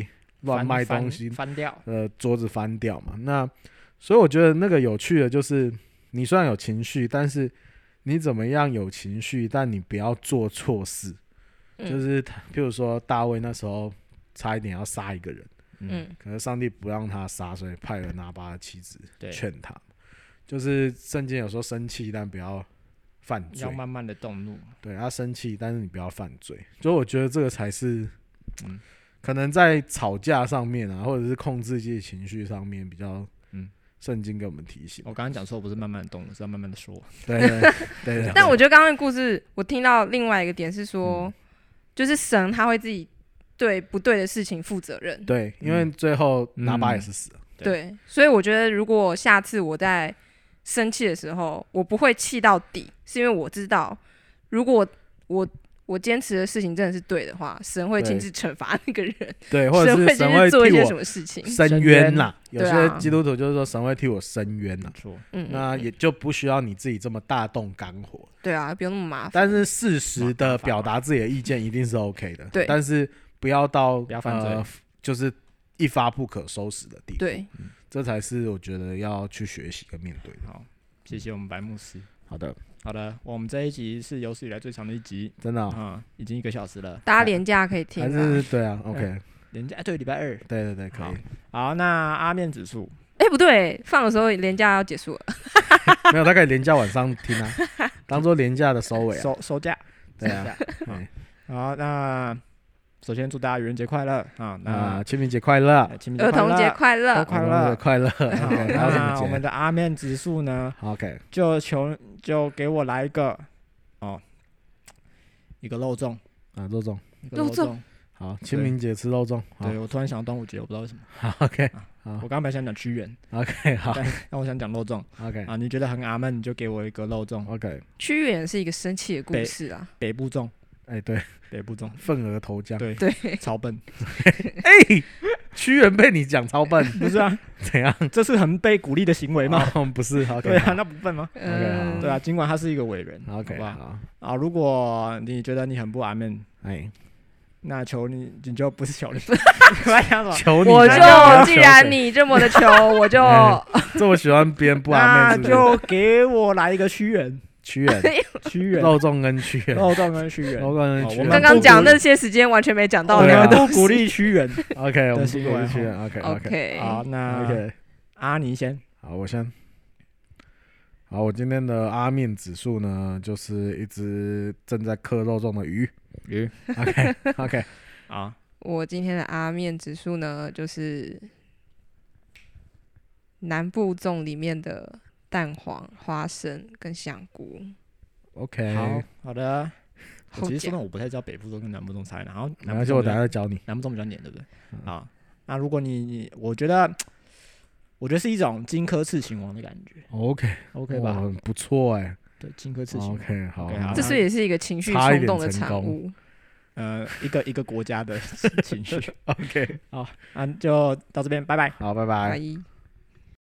Speaker 1: 乱
Speaker 3: 翻
Speaker 1: 卖
Speaker 3: 翻
Speaker 1: 东西
Speaker 3: 翻掉，
Speaker 1: 呃桌子翻掉嘛。那所以我觉得那个有趣的就是，你虽然有情绪，但是你怎么样有情绪，但你不要做错事。
Speaker 2: 嗯
Speaker 1: 就是他譬如说大卫那时候差一点要杀一个人，
Speaker 2: 嗯
Speaker 1: 可是上帝不让他杀，所以派了拿巴的妻子
Speaker 3: 对，
Speaker 1: 劝他。就是圣经有说生气，但不要犯罪
Speaker 3: 要。慢慢的动怒，
Speaker 1: 对他生气，但是你不要犯罪。所以我觉得这个才是，
Speaker 3: 嗯
Speaker 1: 可能在吵架上面啊，或者是控制自己情绪上面比较，
Speaker 3: 嗯，哦
Speaker 1: 圣经给我们提醒。
Speaker 3: 我刚刚讲错，不是慢慢的动怒，是要慢慢的说。
Speaker 1: 对对 对对对
Speaker 2: 但我觉得刚刚的故事，我听到另外一个点是说，
Speaker 1: 嗯
Speaker 2: 就是神他会自己对不对的事情负责任。
Speaker 1: 对，因为最后
Speaker 3: 嗯
Speaker 1: 拿巴也是死了。
Speaker 3: 对
Speaker 2: 对，所以我觉得如果下次我在生气的时候，我不会气到底，是因为我知道，如果我我坚持的事情真的是对的话，神会
Speaker 1: 对
Speaker 2: 亲自惩罚那个人，
Speaker 1: 对， 或者
Speaker 2: 神
Speaker 1: 是
Speaker 2: 会
Speaker 1: 神
Speaker 2: 亲
Speaker 1: 会
Speaker 2: 自做一
Speaker 1: 替
Speaker 2: 些什
Speaker 1: 我
Speaker 2: 么事情。
Speaker 1: 伸冤啦。有
Speaker 2: 对啊
Speaker 1: 些基督徒就是说神会替我伸冤啦，
Speaker 3: 错，
Speaker 2: 嗯，
Speaker 1: 那
Speaker 2: 嗯嗯
Speaker 1: 也就不需要你自己这么大动肝火。
Speaker 2: 对啊，不用那么麻烦。
Speaker 1: 但是适时的表达自己的意见一定是 OK 的，
Speaker 2: 对
Speaker 1: 但是不要到
Speaker 3: 不要犯罪
Speaker 1: 呃，就是一发不可收拾的地步，，
Speaker 2: 对，
Speaker 1: 这才是我觉得要去学习跟面对的。
Speaker 3: 好，谢谢我们白牧师。
Speaker 1: 好的，
Speaker 3: 好的，我们这一集是有史以来最长的一集
Speaker 1: 真的
Speaker 3: 啊、
Speaker 1: 哦、
Speaker 3: 已经一个小时了。
Speaker 2: 大家廉价可以听
Speaker 1: 还
Speaker 2: 啊。
Speaker 1: 是对啊，OK，
Speaker 3: 人家哎对，礼拜二。
Speaker 1: 对对对，
Speaker 3: 嗯
Speaker 1: 可
Speaker 3: 好
Speaker 1: 以，
Speaker 3: 好，那阿面指数，
Speaker 2: 哎，不对，放的时候廉价要结束了。
Speaker 1: 没有，大概廉价晚上听啊，当做廉价的收尾啊，
Speaker 3: 收收价，
Speaker 1: 对啊
Speaker 3: 收价，嗯好，那首先祝大家愚人节快乐啊！
Speaker 1: 啊，
Speaker 3: 那
Speaker 1: 清明节快乐，
Speaker 3: 呃清明节
Speaker 2: 儿童节快
Speaker 3: 都快
Speaker 2: 乐，
Speaker 1: 儿童节
Speaker 3: 乐。
Speaker 1: 快乐。
Speaker 3: 好
Speaker 1: OK，还有
Speaker 3: 那
Speaker 1: 什
Speaker 3: 我们
Speaker 1: 么节
Speaker 3: 的阿面指数呢？
Speaker 1: ？OK，
Speaker 3: 就求就给我来一个哦，一个肉粽，
Speaker 1: 啊，肉粽，
Speaker 3: 一个
Speaker 2: 肉
Speaker 3: 肉
Speaker 2: 粽
Speaker 3: 粽。
Speaker 1: 好，清明节吃肉粽，好
Speaker 3: 对我突然想到端午节，我不知道为什么，
Speaker 1: 好，OK，
Speaker 3: 我
Speaker 1: 好
Speaker 3: 刚刚本来想讲屈原，
Speaker 1: ，OK，好
Speaker 3: 但我想讲肉粽啊。你觉得很阿闷，你就给我一个肉粽，
Speaker 1: ，OK，OK，
Speaker 2: 屈原是一个生气的故
Speaker 3: 北
Speaker 2: 事啊，
Speaker 3: 北部粽，
Speaker 1: 哎，对，
Speaker 3: 北部粽，
Speaker 1: 份额头奖，
Speaker 3: 对，
Speaker 2: 对，
Speaker 3: 超笨，
Speaker 1: 哎，屈原被你讲超 笨，
Speaker 3: 不是 啊，
Speaker 1: 怎样？
Speaker 3: 这是很被鼓励的行为吗？
Speaker 1: 哦不是，OK，
Speaker 3: 对啊，那不笨吗？
Speaker 1: 好
Speaker 2: 嗯，
Speaker 3: 对啊，尽管他是一个伟人，
Speaker 1: 好
Speaker 3: 好
Speaker 1: ，OK，
Speaker 3: 不好？
Speaker 1: 好，
Speaker 3: 啊，如果你觉得你很不阿面，
Speaker 1: 哎，
Speaker 3: 那求你你就不是 求你，我在想什么？
Speaker 1: 求你了，
Speaker 2: 我
Speaker 1: 你要
Speaker 2: 就
Speaker 1: 求
Speaker 2: 既然
Speaker 1: 谁
Speaker 2: 你这么的求，我 就
Speaker 1: 哎这么喜欢别人不
Speaker 3: 那
Speaker 1: 安妹，是不是
Speaker 3: 就给我来一个屈原，
Speaker 1: 屈原
Speaker 3: 屈原，
Speaker 1: 肉粽跟屈原，
Speaker 3: 肉粽跟屈原。
Speaker 1: 肉粽跟
Speaker 3: 哦
Speaker 1: 屈
Speaker 3: 我
Speaker 1: 原，
Speaker 3: 们
Speaker 2: 刚刚讲那些时间完全没讲到
Speaker 3: 我
Speaker 2: 的
Speaker 1: 啊对
Speaker 3: 们
Speaker 1: 啊
Speaker 2: 东
Speaker 3: 不
Speaker 2: 西
Speaker 3: 鼓励屈 原。
Speaker 1: OK，我们不
Speaker 3: 行
Speaker 1: 鼓
Speaker 3: 为
Speaker 1: 励屈
Speaker 3: 哈
Speaker 1: 原，OK OK
Speaker 2: OK，
Speaker 3: 好，那
Speaker 1: OK，
Speaker 3: 阿尼先，
Speaker 1: 好，我先。好，我今天的阿面指数呢，就是一只正在嗑肉粽的鱼。
Speaker 3: 鱼
Speaker 1: OK OK，
Speaker 3: 啊，
Speaker 2: 我今天的阿面指数呢，就是南部粽里面的蛋黄、花生跟香菇。
Speaker 1: OK，
Speaker 3: 好好的。哎我
Speaker 2: 好
Speaker 3: 其实说
Speaker 2: 假
Speaker 3: 真的，我不太知道北部粽跟南部粽差在哪，然后
Speaker 1: 没
Speaker 3: 南部
Speaker 1: 关系，
Speaker 3: 粽
Speaker 1: 我
Speaker 3: 比较
Speaker 1: 等下再教你。
Speaker 3: 南部粽比较黏，对不对？
Speaker 1: 嗯
Speaker 3: 啊，那如果你你，我觉得，我觉得是一种荆轲刺秦王的感觉
Speaker 1: OK，
Speaker 3: ，OK
Speaker 1: 哇
Speaker 3: 吧？
Speaker 1: 很不错哎。
Speaker 3: 对，荆轲刺秦王，
Speaker 1: OK，好，
Speaker 3: OK，好
Speaker 2: 这是也是一个情绪
Speaker 1: 啊差一
Speaker 2: 冲
Speaker 1: 点
Speaker 2: 动的
Speaker 1: 成
Speaker 2: 产
Speaker 1: 功
Speaker 2: 物。
Speaker 3: 呃，一个一个国家的 情绪。
Speaker 1: OK，
Speaker 3: 好，那就到这边，拜拜。
Speaker 1: 好，拜拜
Speaker 2: 拜。一。